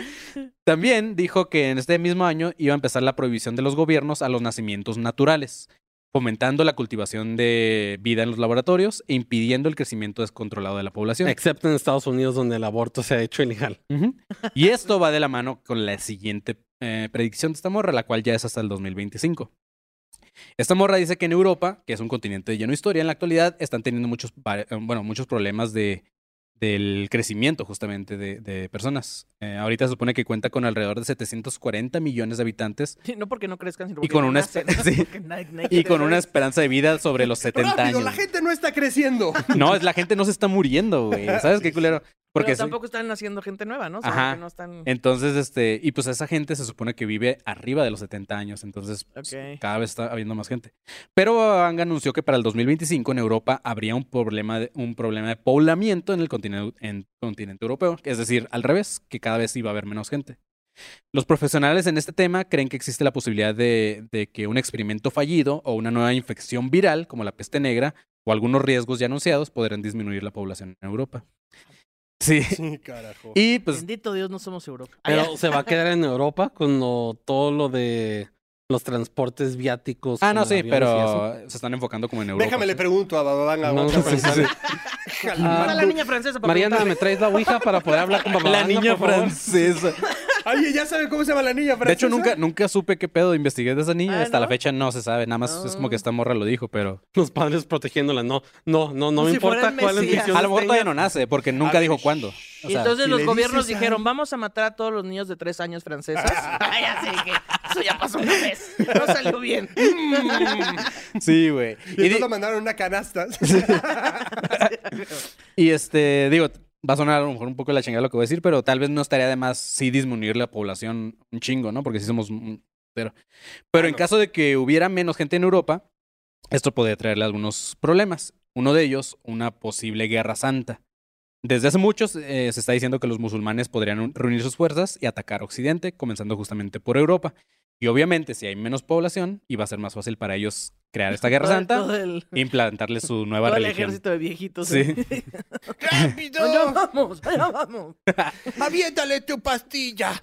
También dijo que en este mismo año iba a empezar la prohibición de los gobiernos a los nacimientos naturales, fomentando la cultivación de vida en los laboratorios e impidiendo el crecimiento descontrolado de la población.
Excepto en Estados Unidos, donde el aborto se ha hecho ilegal.
Ujú. Y esto va de la mano con la siguiente eh, predicción de esta morra, la cual ya es hasta el 2025. Esta morra dice que en Europa, que es un continente lleno de historia, en la actualidad están teniendo muchos, va- eh, bueno, muchos problemas de, del crecimiento justamente de, de personas. Eh, ahorita se supone que cuenta con alrededor de 740 millones de habitantes
Sí, no porque no crezcan, sino
Y
porque
con
no
una
nacen.
espe- sí.
Porque na- na-
y con una esperanza de vida sobre los 70
Rápido,
años.
la gente no está creciendo.
No, es- la gente no se está muriendo, güey. ¿Sabes qué culero? Porque
Pero
sí.
tampoco están naciendo gente nueva, ¿no? O sea,
Ajá.
que no están...
Entonces, este, y pues esa gente se supone que vive arriba de los 70 años, entonces pues,
Ok.
cada vez está habiendo más gente. Pero Ang anunció que para el 2025 en Europa habría un problema de, un problema de poblamiento en el continente, en continente europeo, es decir, al revés, que cada vez iba a haber menos gente. Los profesionales en este tema creen que existe la posibilidad de, de que un experimento fallido o una nueva infección viral, como la peste negra, o algunos riesgos ya anunciados, podrán disminuir la población en Europa. Sí.
Sí, carajo.
Y pues
Bendito Dios, no somos Europa.
Ah,
Pero se va a quedar en Europa con lo- todo lo de los transportes viáticos.
Ah,
con
no, sí,
aviones y eso.
pero se están enfocando como en Europa.
Déjame le pregunto a Bababanga.
No,
guacha,
sí, sí, sí.
Jala.
Ah.
Está la niña francesa para
Ah, Mariana,
preguntarle.
¿me traes la ouija para poder hablar con papá?
La niña francesa.
Oye, ¿ya sabe cómo se llama la niña francesa?
De hecho, nunca, nunca supe qué pedo investigué de esa niña.
Ah,
Hasta la
¿no?
fecha no se sabe. Nada más es como que
Ah.
esta morra lo dijo, pero.
Los padres protegiéndola. No, no, no, no me
Si fuera
importa
el
cuál es
Mesías.
A lo mejor
este.
todavía no nace, porque nunca
ver,
dijo cuándo. O
Y
sea,
entonces
si
los
le
gobiernos
dices a-
dijeron, vamos a matar a todos los niños de tres años franceses. Ay, así que eso ya pasó una vez. No salió bien.
sí, güey.
Y
Y,
entonces
di-
lo mandaron a una canasta.
y, este, digo, va a sonar a lo mejor un poco la chingada lo que voy a decir, pero tal vez no estaría de más sí disminuir la población un chingo, ¿no? Porque sí somos un putero. Pero en caso de que hubiera menos gente en Europa, esto podría traerle algunos problemas. Uno de ellos, una posible guerra santa. Desde hace muchos eh, se está diciendo que los musulmanes podrían un- reunir sus fuerzas y atacar Occidente, comenzando justamente por Europa. Y obviamente, si hay menos población, iba a ser más fácil para ellos crear esta guerra
Todo-
santa
Todo el,
e implantarle su nueva
todo el
religión.
ejército de viejitos.
Sí.
Allá
¡Rápido!
vamos, allá vamos.
¡Aviéntale tu pastilla!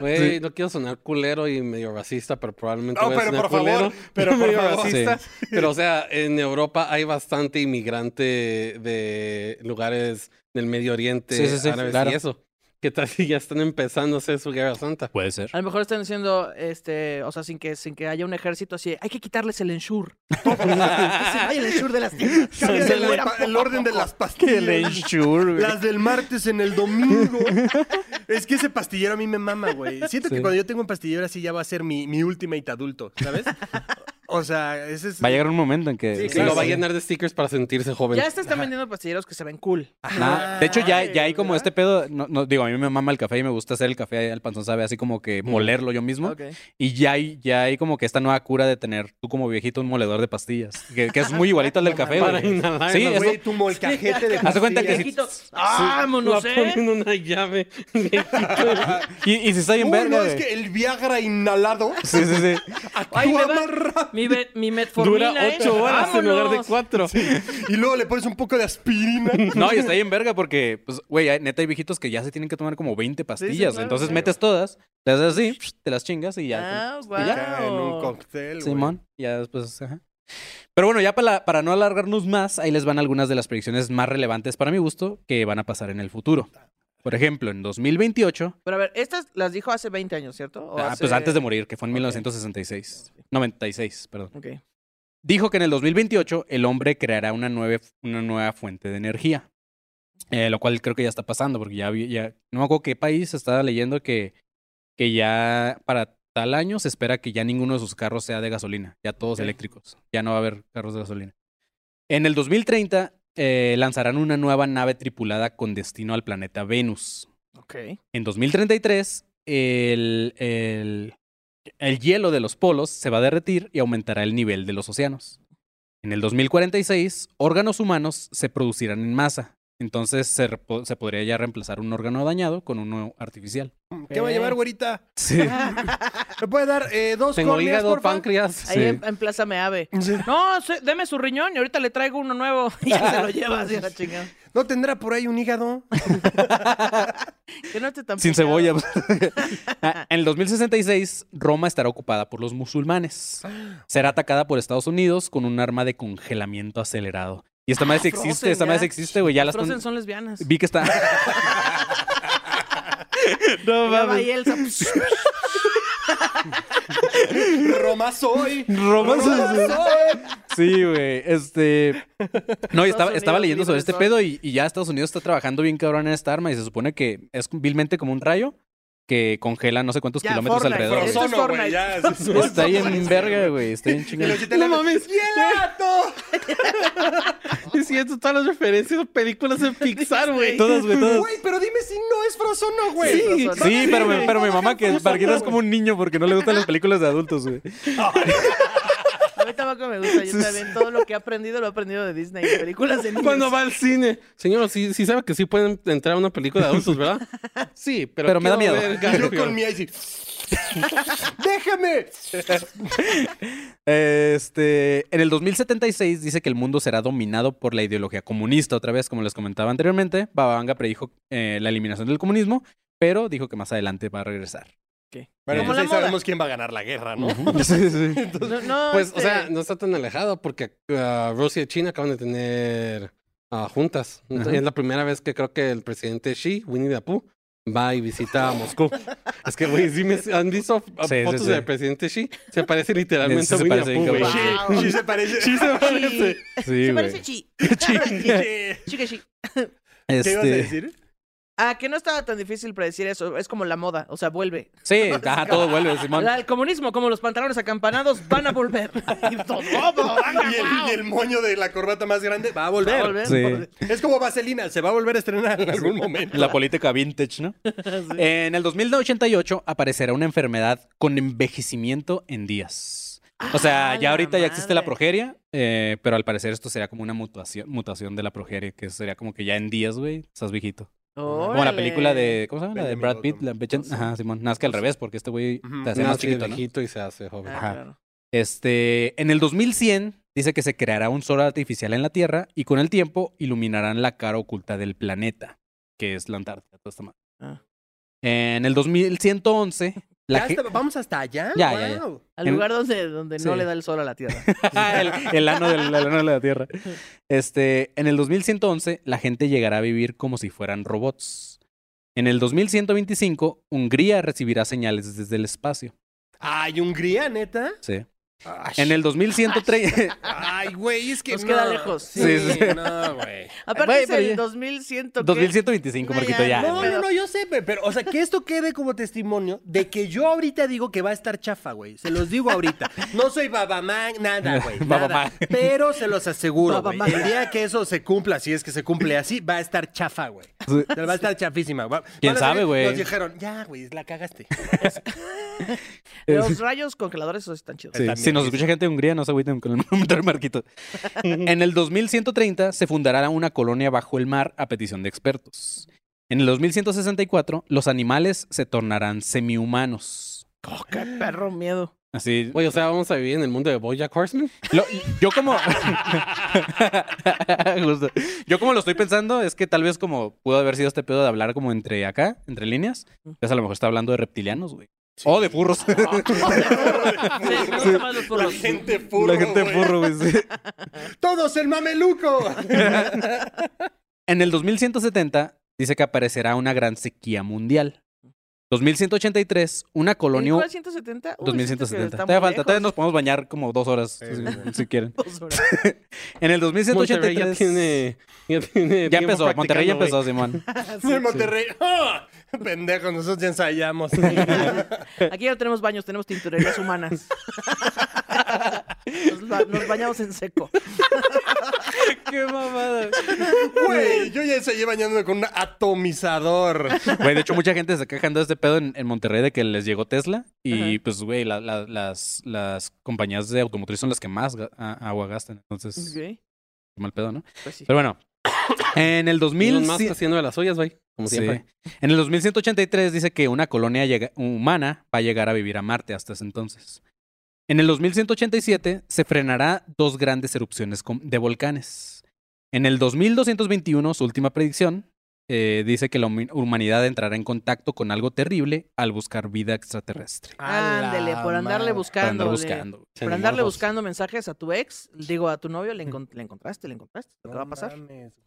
Güey, no quiero sonar culero y medio racista, pero probablemente
No,
voy a
pero
sonar
por favor,
culero,
pero por
medio
favor.
racista. Pero o sea, en Europa hay bastante inmigrante de lugares del Medio Oriente,
Sí, sí, sí,
árabes
claro.
y eso. Que tal si ya están empezando a hacer su guerra santa?
Pues,
Puede ser.
A lo mejor están diciendo, este, o sea, sin que, sin que haya un ejército así, hay que quitarles el ensure. Que se vaya el ensure de las tiendas. que
Cambia
se
el,
mueran
pa-
poco
el
a
orden de
poco.
las pastillas. Las del martes en el domingo. es que ese pastillero a mí me mama, güey. Siento que
Sí.
cuando yo tengo un pastillero así ya va a ser mi, mi ultimate adulto, ¿sabes? O sea, ese es...
Va a llegar un momento en que.
Sí,
Y
claro.
lo va a llenar de stickers para sentirse joven.
Ya se están vendiendo pastilleros que se ven cool.
Ah,
Ajá. De hecho, ya, ya hay como este pedo. No, no, digo, a mí me mama el café y me gusta hacer el café al panzón, sabe, así como que molerlo yo mismo.
Ok.
Y ya hay, ya hay como que esta nueva cura de tener tú como viejito un moledor de pastillas. Que, que es muy igualito al del café.
Para
güey.
inhalar,
Sí,
¿no,
es-
Güey, tu molcajete de
Haz de cuenta que si-
Viejito,
La
vámonos, ¿eh?
ponen una llave.
y, y si está bien
Uy,
verga.
no, es
güey.
que el Viagra inhalado
Sí, sí, sí.
Ay, me
actúa
va-
más rápido.
mi, ve- mi metformina,
Dura
¿eh?
ocho horas en lugar de
Vámonos.
cuatro.
Y luego le pones un poco de aspirina.
No, y está bien verga porque, pues, güey, hay- neta hay viejitos que ya se tienen que tomar como 20 pastillas.
claro,
entonces
claro.
metes todas, te haces así, te las chingas y ya.
Ah,
y ya.
Ya, en un
guau.
cóctel, güey.
Simón, ya después. ajá. Pero bueno, ya para, para no alargarnos más, ahí les van algunas de las predicciones más relevantes para mi gusto que van a pasar en el futuro. Por ejemplo, en 2028,
Pero a ver, estas las dijo hace 20 años, ¿cierto? O
ah,
hace-
pues antes de morir, que fue en
Ok.
1966, 96, perdón,
Ok.
dijo que en el 2028 el hombre creará una, nueve- una nueva fuente de energía. Eh, lo cual creo que ya está pasando, porque ya, vi- ya no me acuerdo qué país estaba leyendo que, que ya para tal año se espera que ya ninguno de sus carros sea de gasolina, ya todos
Ok.
eléctricos, ya no va a haber carros de gasolina. En el 2030 eh, lanzarán una nueva nave tripulada con destino al planeta Venus.
Ok.
En 2033, el, el- el hielo de los polos se va a derretir y aumentará el nivel de los océanos. En el 2046, órganos humanos se producirán en masa, Entonces se, repo- se podría ya reemplazar un órgano dañado con uno artificial.
¿Qué va a
Eh.
llevar, güerita?
Sí.
¿Me puede dar eh, dos
Tengo
córneas,
hígado,
porfa?
páncreas.
Ahí en, en Plaza Me Ave. No, se- deme su riñón y ahorita le traigo uno nuevo. Y ya se lo lleva así a la chingada.
¿No tendrá por ahí un hígado?
Que no esté tan
Sin
picado.
cebolla. pues, Ah, en el 2066, Roma estará ocupada por los musulmanes. Será atacada por Estados Unidos con un arma de congelamiento acelerado. Y esta madre sí existe,
Ah, Frozen,
esta
ya.
madre sí existe, güey. Ya las
Frozen
están-
son lesbianas.
Vi que está. no
Y luego
mames.
ahí Elsa, pues, pss,
Roma soy.
Roma soy. Sí, güey. Este. No, y estaba,
Estados
estaba
Unidos
leyendo sobre este
libre
pedo y, y ya Estados Unidos está trabajando bien cabrón en esta arma y se supone que es vilmente como un rayo que congela no sé cuántos
Ya,
kilómetros
Fortnite,
alrededor.
Fortnite.
güey.
Esto es Fortnite.
Frozono, güey. Ya.
Está ahí en verga, güey. Está bien chingado.
No mames. ¡Hielato!
Y siento todas las referencias a películas de Pixar, güey.
Todas, güey, todas.
Güey, pero dime si no es Frozono, güey.
Sí.
Sí, pero, mi- pero mi mamá, que para que eres como un niño porque no le gustan las películas de adultos, güey.
A mí tampoco me gusta. Yo también todo lo que he aprendido lo he aprendido de Disney. de Películas de niños.
Cuando va al cine. Señor, sí, sí sabe que sí pueden entrar a una película de adultos, ¿verdad? Sí, pero.
Pero me da
quiero
miedo.
ver
Yo
Garfield.
con mi así. ¡Déjame!
Este, en el 2076 dice que el mundo será dominado por la ideología comunista. Otra vez, como les comentaba anteriormente, Bababanga predijo eh, la eliminación del comunismo, pero dijo que más adelante va a regresar.
Bueno,
Como
entonces
la
ahí
moda.
sabemos quién va a ganar la guerra, ¿no?
Sí, sí.
No, no,
Pues, o
este,
sea, no está tan alejado porque ah, Rusia y China acaban de tener ah, juntas. Entonces,
Ajá.
Es la primera vez que creo que el presidente Xi, Winnie the Pooh, va y visita a Moscú. es que, güey, sí me han visto ah,
Sí, sí,
fotos
sí.
del presidente Xi. Se parece literalmente
Sí, se
a Winnie
parece
the
bien
Pooh, güey.
cabrón.
Wow.
Sí se parece.
Sí se parece.
chi-
Sí,
se
güey.
parece chi.
¿Qué
Chica chi.
Este,
ibas a decir?
Ah, que no estaba tan difícil predecir eso. Es como la moda. O sea, vuelve.
Sí, ajá, todo vuelve, Simón.
La- el comunismo, como los pantalones acampanados, van a volver. Y todo, ¡oh, venga,
Y el,
wow!
y el moño de la corbata más grande va a volver.
Va a volver.
Sí.
por-
Es como vaselina, se va a volver a estrenar en algún momento.
La política vintage, ¿no? En el 2088 aparecerá una enfermedad con envejecimiento en días. O sea,
Ah,
ya
la
ahorita ya existe la
madre.
progeria, eh, pero al parecer esto sería como una mutación, mutación de la progeria, que sería como que ya en días, güey, estás viejito. Como la
Órale.
película de, ¿cómo se llama? La de
Benjamin
Brad Pitt,
Button.
la Bechen-
Entonces-
Ajá, Simón, nazca al revés, porque este güey
Ujú.
te hace
Nace
más chiquito, ¿no?
viejito y se hace joven.
Ah,
Ajá.
claro.
Este, en el 2100 dice que se creará un sol artificial en la Tierra y con el tiempo iluminarán la cara oculta del planeta, que es la Antártida. toda esta madre.
Ah.
En el 2111, la
Ya
ge-
hasta- ¿Vamos hasta allá?
Ya, ya, ya.
Wow.
Al
En-
lugar donde, donde no
Sí.
le da el sol a la tierra.
el, el ano del, el ano de la Tierra. Este, en el 2111, la gente llegará a vivir como si fueran robots. En el 2125, Hungría recibirá señales desde el espacio.
Ay, Hungría, neta.
Sí.
Ay,
En el 2130,
Ay, güey, es que.
Nos queda lejos.
Sí,
Sí, sí, sí.
no, güey.
Aparte
Güey,
es
pero
el
ya-
2100. ¿qué?
2125,
No,
Marquito,
ya,
ya.
No,
güey.
no, no, yo sé, pe- pero, o sea, que esto quede como testimonio de que yo ahorita digo que va a estar chafa, güey. Se los digo ahorita. No soy babamán, nada, güey. nada.
Babamán.
Pero se los aseguro, güey.
Babamán.
El día que eso se cumpla, si es que se cumple así, va a estar chafa, güey.
Sí.
O sea, Va a estar chafísima. Va-
¿Quién
van a salir-
sabe, güey?
Nos dijeron, ya, güey, la cagaste.
Los rayos congeladores esos están chidos.
Sí,
También
si nos
dice.
escucha gente de Hungría, no se agüiten con el nombre de Marquito. en el 2130 se fundará una colonia bajo el mar a petición de expertos. En el 2164 los animales se tornarán semihumanos.
Oh, qué perro miedo.
Así,
Güey, o sea, vamos a vivir en el mundo de Bojack Horseman.
lo- yo como Justo. yo como lo estoy pensando es que tal vez como pudo haber sido este pedo de hablar como entre acá, entre líneas, entonces a lo mejor está hablando de reptilianos, güey. O Oh, de furros.
Sí, me gustan más los
La
furros.
gente furro,
La gente de
güey.
furro, güey. sí.
¡Todos el mameluco!
En el 2170 dice que aparecerá una gran sequía mundial. 2183, una
¿En
colonia...
cuál 170? Uy,
2170.
siento que
Todavía falta,
está
todavía
muy
nos podemos bañar como dos horas,
Sí,
si, si quieren.
lejos. Dos horas.
En el
Monterrey
2183...
ya tiene. Ya, tiene
Ya
tiempo
empezó, Monterrey ya
practicando,
empezó, Simón.
En Monterrey. ¡Ah! Pendejo, nosotros ya ensayamos.
Aquí ya no tenemos baños, tenemos tintorerías humanas. Nos, ba- nos bañamos en seco.
¡Qué mamada!
Güey, yo ya ensayé bañándome con un atomizador.
Güey, de hecho, mucha gente se está quejando de este pedo en, en Monterrey de que les llegó Tesla. Y pues, güey, la- la- las, las compañías de automotriz son las que más ga- a- agua gastan. Entonces,
Ok,
mal pedo, ¿no?
pues sí.
Pero bueno, En el
Elon Musk
2100...
está haciendo de las suyas, güey. Como
Sí.
siempre.
En el 2183 dice que una colonia llega- humana va a llegar a vivir a Marte hasta ese entonces. En el 2187 se frenará dos grandes erupciones com- de volcanes. En el 2221, su última predicción, eh, dice que la humi- humanidad entrará en contacto con algo terrible al buscar vida extraterrestre.
Ándele, por andarle
Para
buscando.
andar buscando.
Por andarle buscando mensajes a tu ex, digo a tu novio, le, encon- le encontraste, le encontraste. ¿Qué va a pasar?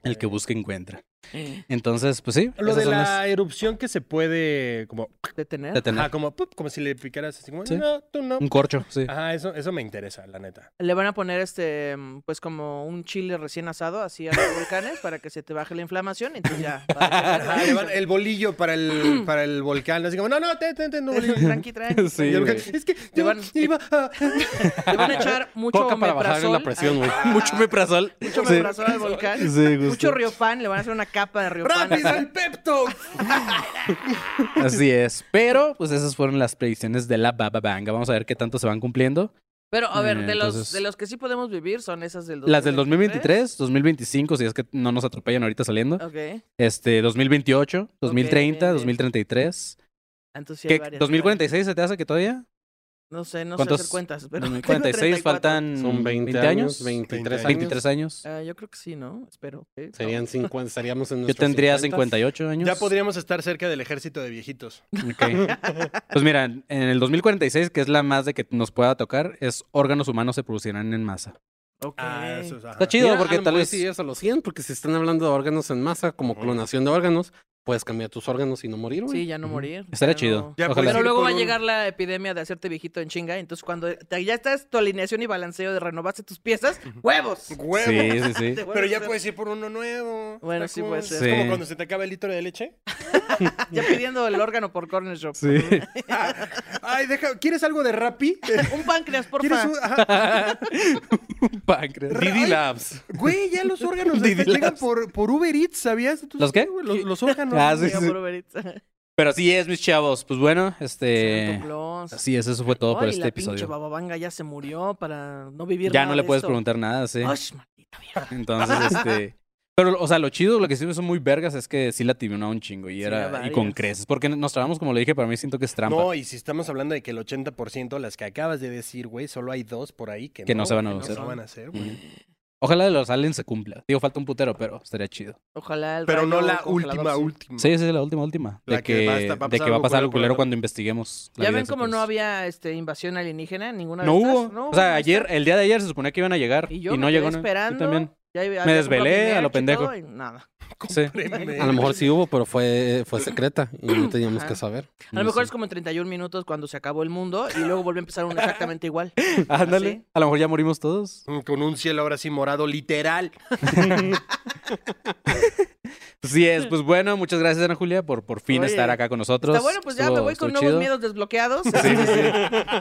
El que busca encuentra. Entonces, pues sí.
Lo
esas
de
son
la
las-
erupción que se puede como,
Detener.
de tener
ajá, como, pup, como si le picaras así como,
Sí.
no, tú no.
Un corcho, sí.
Ajá, eso, eso me interesa, la neta.
Le van a poner este, mm, pues como un chile recién asado así a los volcanes para que se te baje la inflamación. Entonces ya. va
Ajá,
a
le van el bolillo para el, para el volcán, así como, no, no, ten, ten, ten, no, bolillo.
detener. Tranqui, tranqui.
Sí,
Y el
güey.
volcán, es que
Le
yo
van-
iba a-
Le van a echar mucho
Coca para bajarle la
omeprazol.
presión, güey.
Mucho meprazol.
Mucho
Sí.
meprazol al volcán.
Sí, justo.
mucho riofán. Le van a hacer una capa de riofán.
¡Rápido, el Pepto!
Así es. Pero, pues esas fueron las predicciones de la Baba Banga. Vamos a ver qué tanto se van cumpliendo.
Pero a ver, de, los,
Entonces-
de los que sí podemos vivir son esas del
Las del 2023, 2025, si es que no nos atropellan ahorita saliendo.
Ok.
Este, 2028, 2030,
bien, bien.
2033.
Entonces, sí
¿Qué,
hay varias, varias.
¿2046 se te hace que todavía?
No sé, no sé
¿Cuántos?
hacer cuentas, pero. tengo
2046
34.
faltan
Son 20, años, 23
23
años.
años.
Ah, yo creo que sí, ¿no? Espero. ¿eh?
Serían 50, estaríamos en
Yo
nuestros
tendría
50.
58 años.
Ya podríamos estar cerca del ejército de viejitos.
Ok. Pues mira, en el 2046, que es la más de que nos pueda tocar, es órganos humanos se producirán en masa.
Ok.
eso es, Ah, ajá.
Está chido
Mira, a
porque
pues
lo
tal
mejor
vez...
si llegas a los 100, porque si están hablando de órganos en masa, como
Ujú.
clonación de órganos, puedes cambiar tus órganos y no morir, güey.
Sí, ya no
Ujú.
morir.
Estaría
ya
chido.
no-
Ya
Ojalá.
puedes
Pero
ir
luego
por
va a
un-
llegar la epidemia de hacerte viejito en chinga. Entonces, cuando te- ya estás tu alineación y balanceo de renovaste tus piezas, ¡huevos!
¡Huevo!
Sí, sí, sí.
Te
Pero
vuelves a
ya
ser-
puedes ir por uno nuevo.
Bueno,
Está
sí
cool.
puede ser.
Sí.
Es como cuando se te acaba el litro de leche.
Ya pidiendo el órgano por Corner Shop.
Sí.
Ay, deja, ¿quieres algo de Rappi?
Un páncreas,
¿Quieres
porfa.
un- ajá.
Páncreas.
DD Labs.
Güey, ya los órganos
Didi
de- llegan
Labs.
por, por Uber Eats, ¿sabías? Entonces,
¿Los qué?
güey, Los, los órganos.
Ah, sí,
Venga,
sí.
por Uber Eats.
Pero así es, mis chavos. Pues bueno,
Santo
este.
Claus.
Así es, eso fue todo por
pues. Ay,
este
la pinche
episodio.
bababanga ya se murió para no vivir
Ya
nada
no le
de
puedes
esto.
preguntar nada, sí.
Osh, maldita vieja.
Entonces, este. Pero, o sea, lo chido, lo que sí me hizo muy vergas es que sí la tibionaba un chingo y
Sí,
era. Y
varias.
con creces. Porque nos trabamos, como le dije, para mí siento que es trampa.
No, y si estamos hablando de que el 80% de las que acabas de decir, güey, solo hay dos por ahí que,
Que no se van a
güey, que
hacer.
No se van a hacer, güey.
Ujú. Ojalá de los aliens se cumpla. Digo, falta un putero, pero estaría chido.
Ojalá el
Pero no
rayo
la
congelador
última,
sí.
última.
Sí, esa es la última, última. De
Mm. La que
que,
va a estar- va
de
a pasar
que va a
algo
pasar algo culero
culero, culero.
cuando investiguemos. la
Ya
vida
ven como no
extraterrestre.
había este, invasión alienígena, ninguna
No
de estas?
hubo. o sea,
ahí está.
ayer, el día de ayer se suponía que iban a llegar
Y
y,
yo
no
me quedé
llegó. nada. Yo
esperando.
también.
ya había
Me
comprado
desvelé
mi
a lo
merch y
pendejo.
todo y nada.
Sí.
Cómpreme.
A lo mejor sí hubo, pero fue, fue secreta y no teníamos que
Ajá.
saber.
A lo
No
mejor
sé.
es como en 31 minutos cuando se acabó el mundo y luego volvió a empezar uno exactamente igual.
Ándale.
Así.
A lo mejor ya morimos todos.
Con un cielo ahora sí morado, literal.
Así es, pues bueno, muchas gracias Ana Julia por por fin
Oye,
estar acá con nosotros.
Está bueno, pues ya me
Estuvo-
voy con
estuvo
nuevos
chido.
miedos desbloqueados.
Sí, sí, sí.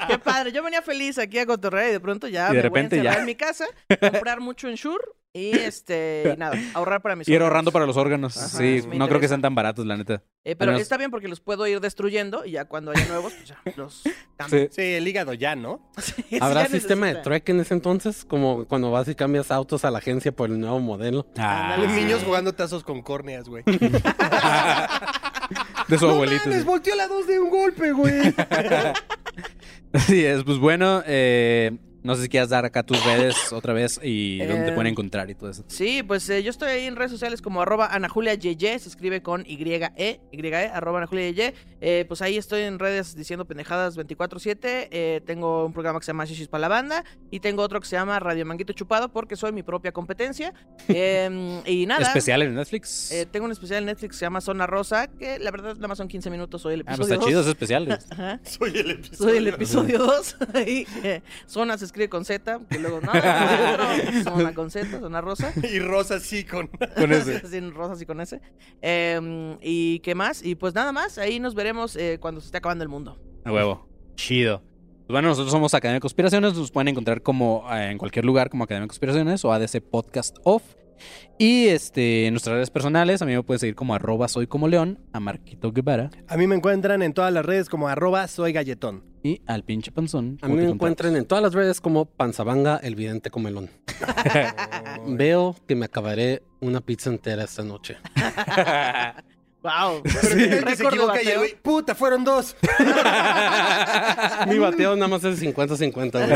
Qué padre. Yo venía feliz aquí a cotorrear y de pronto ya
Y de
me
repente
voy a encerrar
ya.
en mi casa, comprar mucho en Shure y este y nada, ahorrar para mis
Ir
órganos.
ahorrando para los órganos.
Ajá,
sí,
eso me
no creo que
interesa.
sean tan baratos, la neta.
Eh, pero
Además-
está bien porque los puedo ir destruyendo y ya cuando haya nuevos, pues ya los cambio.
Sí, el hígado ya, ¿no?
Sí, sí,
¿Habrá
ya
sistema de
necesita.
track en ese entonces? Como cuando vas y cambias autos a la agencia por el nuevo modelo.
Ah,
Ándale.
Los niños jugando tazos con córneas, güey.
de su
¡No
abuelito.
mames, volteó la dos de un golpe, güey!
Así es, pues bueno, eh, no sé si quieras dar acá tus redes otra vez y dónde te
Eh,
pueden encontrar y todo eso.
Sí, pues eh, yo estoy ahí en redes sociales como arroba anajuliayeye, se escribe con Y-E, Y-E, E, arroba anajuliayeye. Eh, pues ahí estoy en redes diciendo pendejadas 24-7. eh, tengo un programa que se llama Shishis para la banda y tengo otro que se llama Radio Manguito Chupado porque soy mi propia competencia. Em, y nada.
Especial en Netflix.
eh, tengo un especial en Netflix que se llama Zona Rosa, que la verdad nada más son 15 minutos hoy el
ah,
episodio.
pues está
dos.
chido, es especial.
Ajá.
Soy el episodio.
Soy el episodio 2. zona se escribe con Z, que luego nada. otro, zona con Z, zona rosa.
Y Rosa sí con...
Con ese.
Sí, en rosas y con ese. Em, ¿Y qué más? Y pues nada más, ahí nos veremos eh, cuando se esté acabando el mundo.
A huevo. Chido. Pues bueno, nosotros somos Academia de Conspiraciones. Nos pueden encontrar como eh, en cualquier lugar como Academia de Conspiraciones o ADC Podcast Off. Y este, en nuestras redes personales, a mí me pueden seguir como arroba soy como león, a Marquito Guevara
A mí me encuentran en todas las redes como arroba soy galletón.
y al pinche panzón.
A mí me encuentran en todas las redes como Panzabanga, el vidente comelón. Veo que me acabaré una pizza entera esta noche.
Wow.
Pero ¿qué tal que se
Récord de
equivoca y el
bateo.
güey, puta, fueron dos.
Mi bateo nada más es 50-50, güey.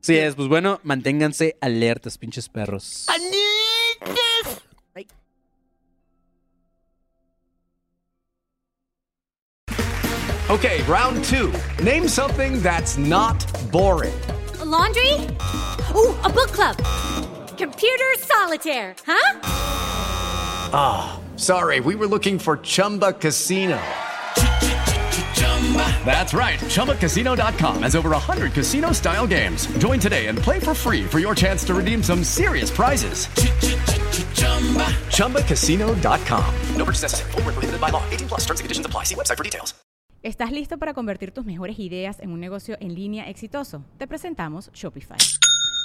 Sí, es, pues bueno, manténganse alertas, pinches perros.
Okay, round two. Name something that's not boring.
laundry? Ooh, a book club. Computer solitaire, huh?
Sorry, we were looking for Chumba Casino. That's right. ChumbaCasino.com has over 100 casino style games. Join today and play for free for your chance to redeem some serious prizes. ChumbaCasino.com. No purchase necessary. Void where prohibited by law. 18 plus terms and conditions apply. See website for details.
¿Estás listo para convertir tus mejores ideas en un negocio en línea exitoso? Te presentamos Shopify.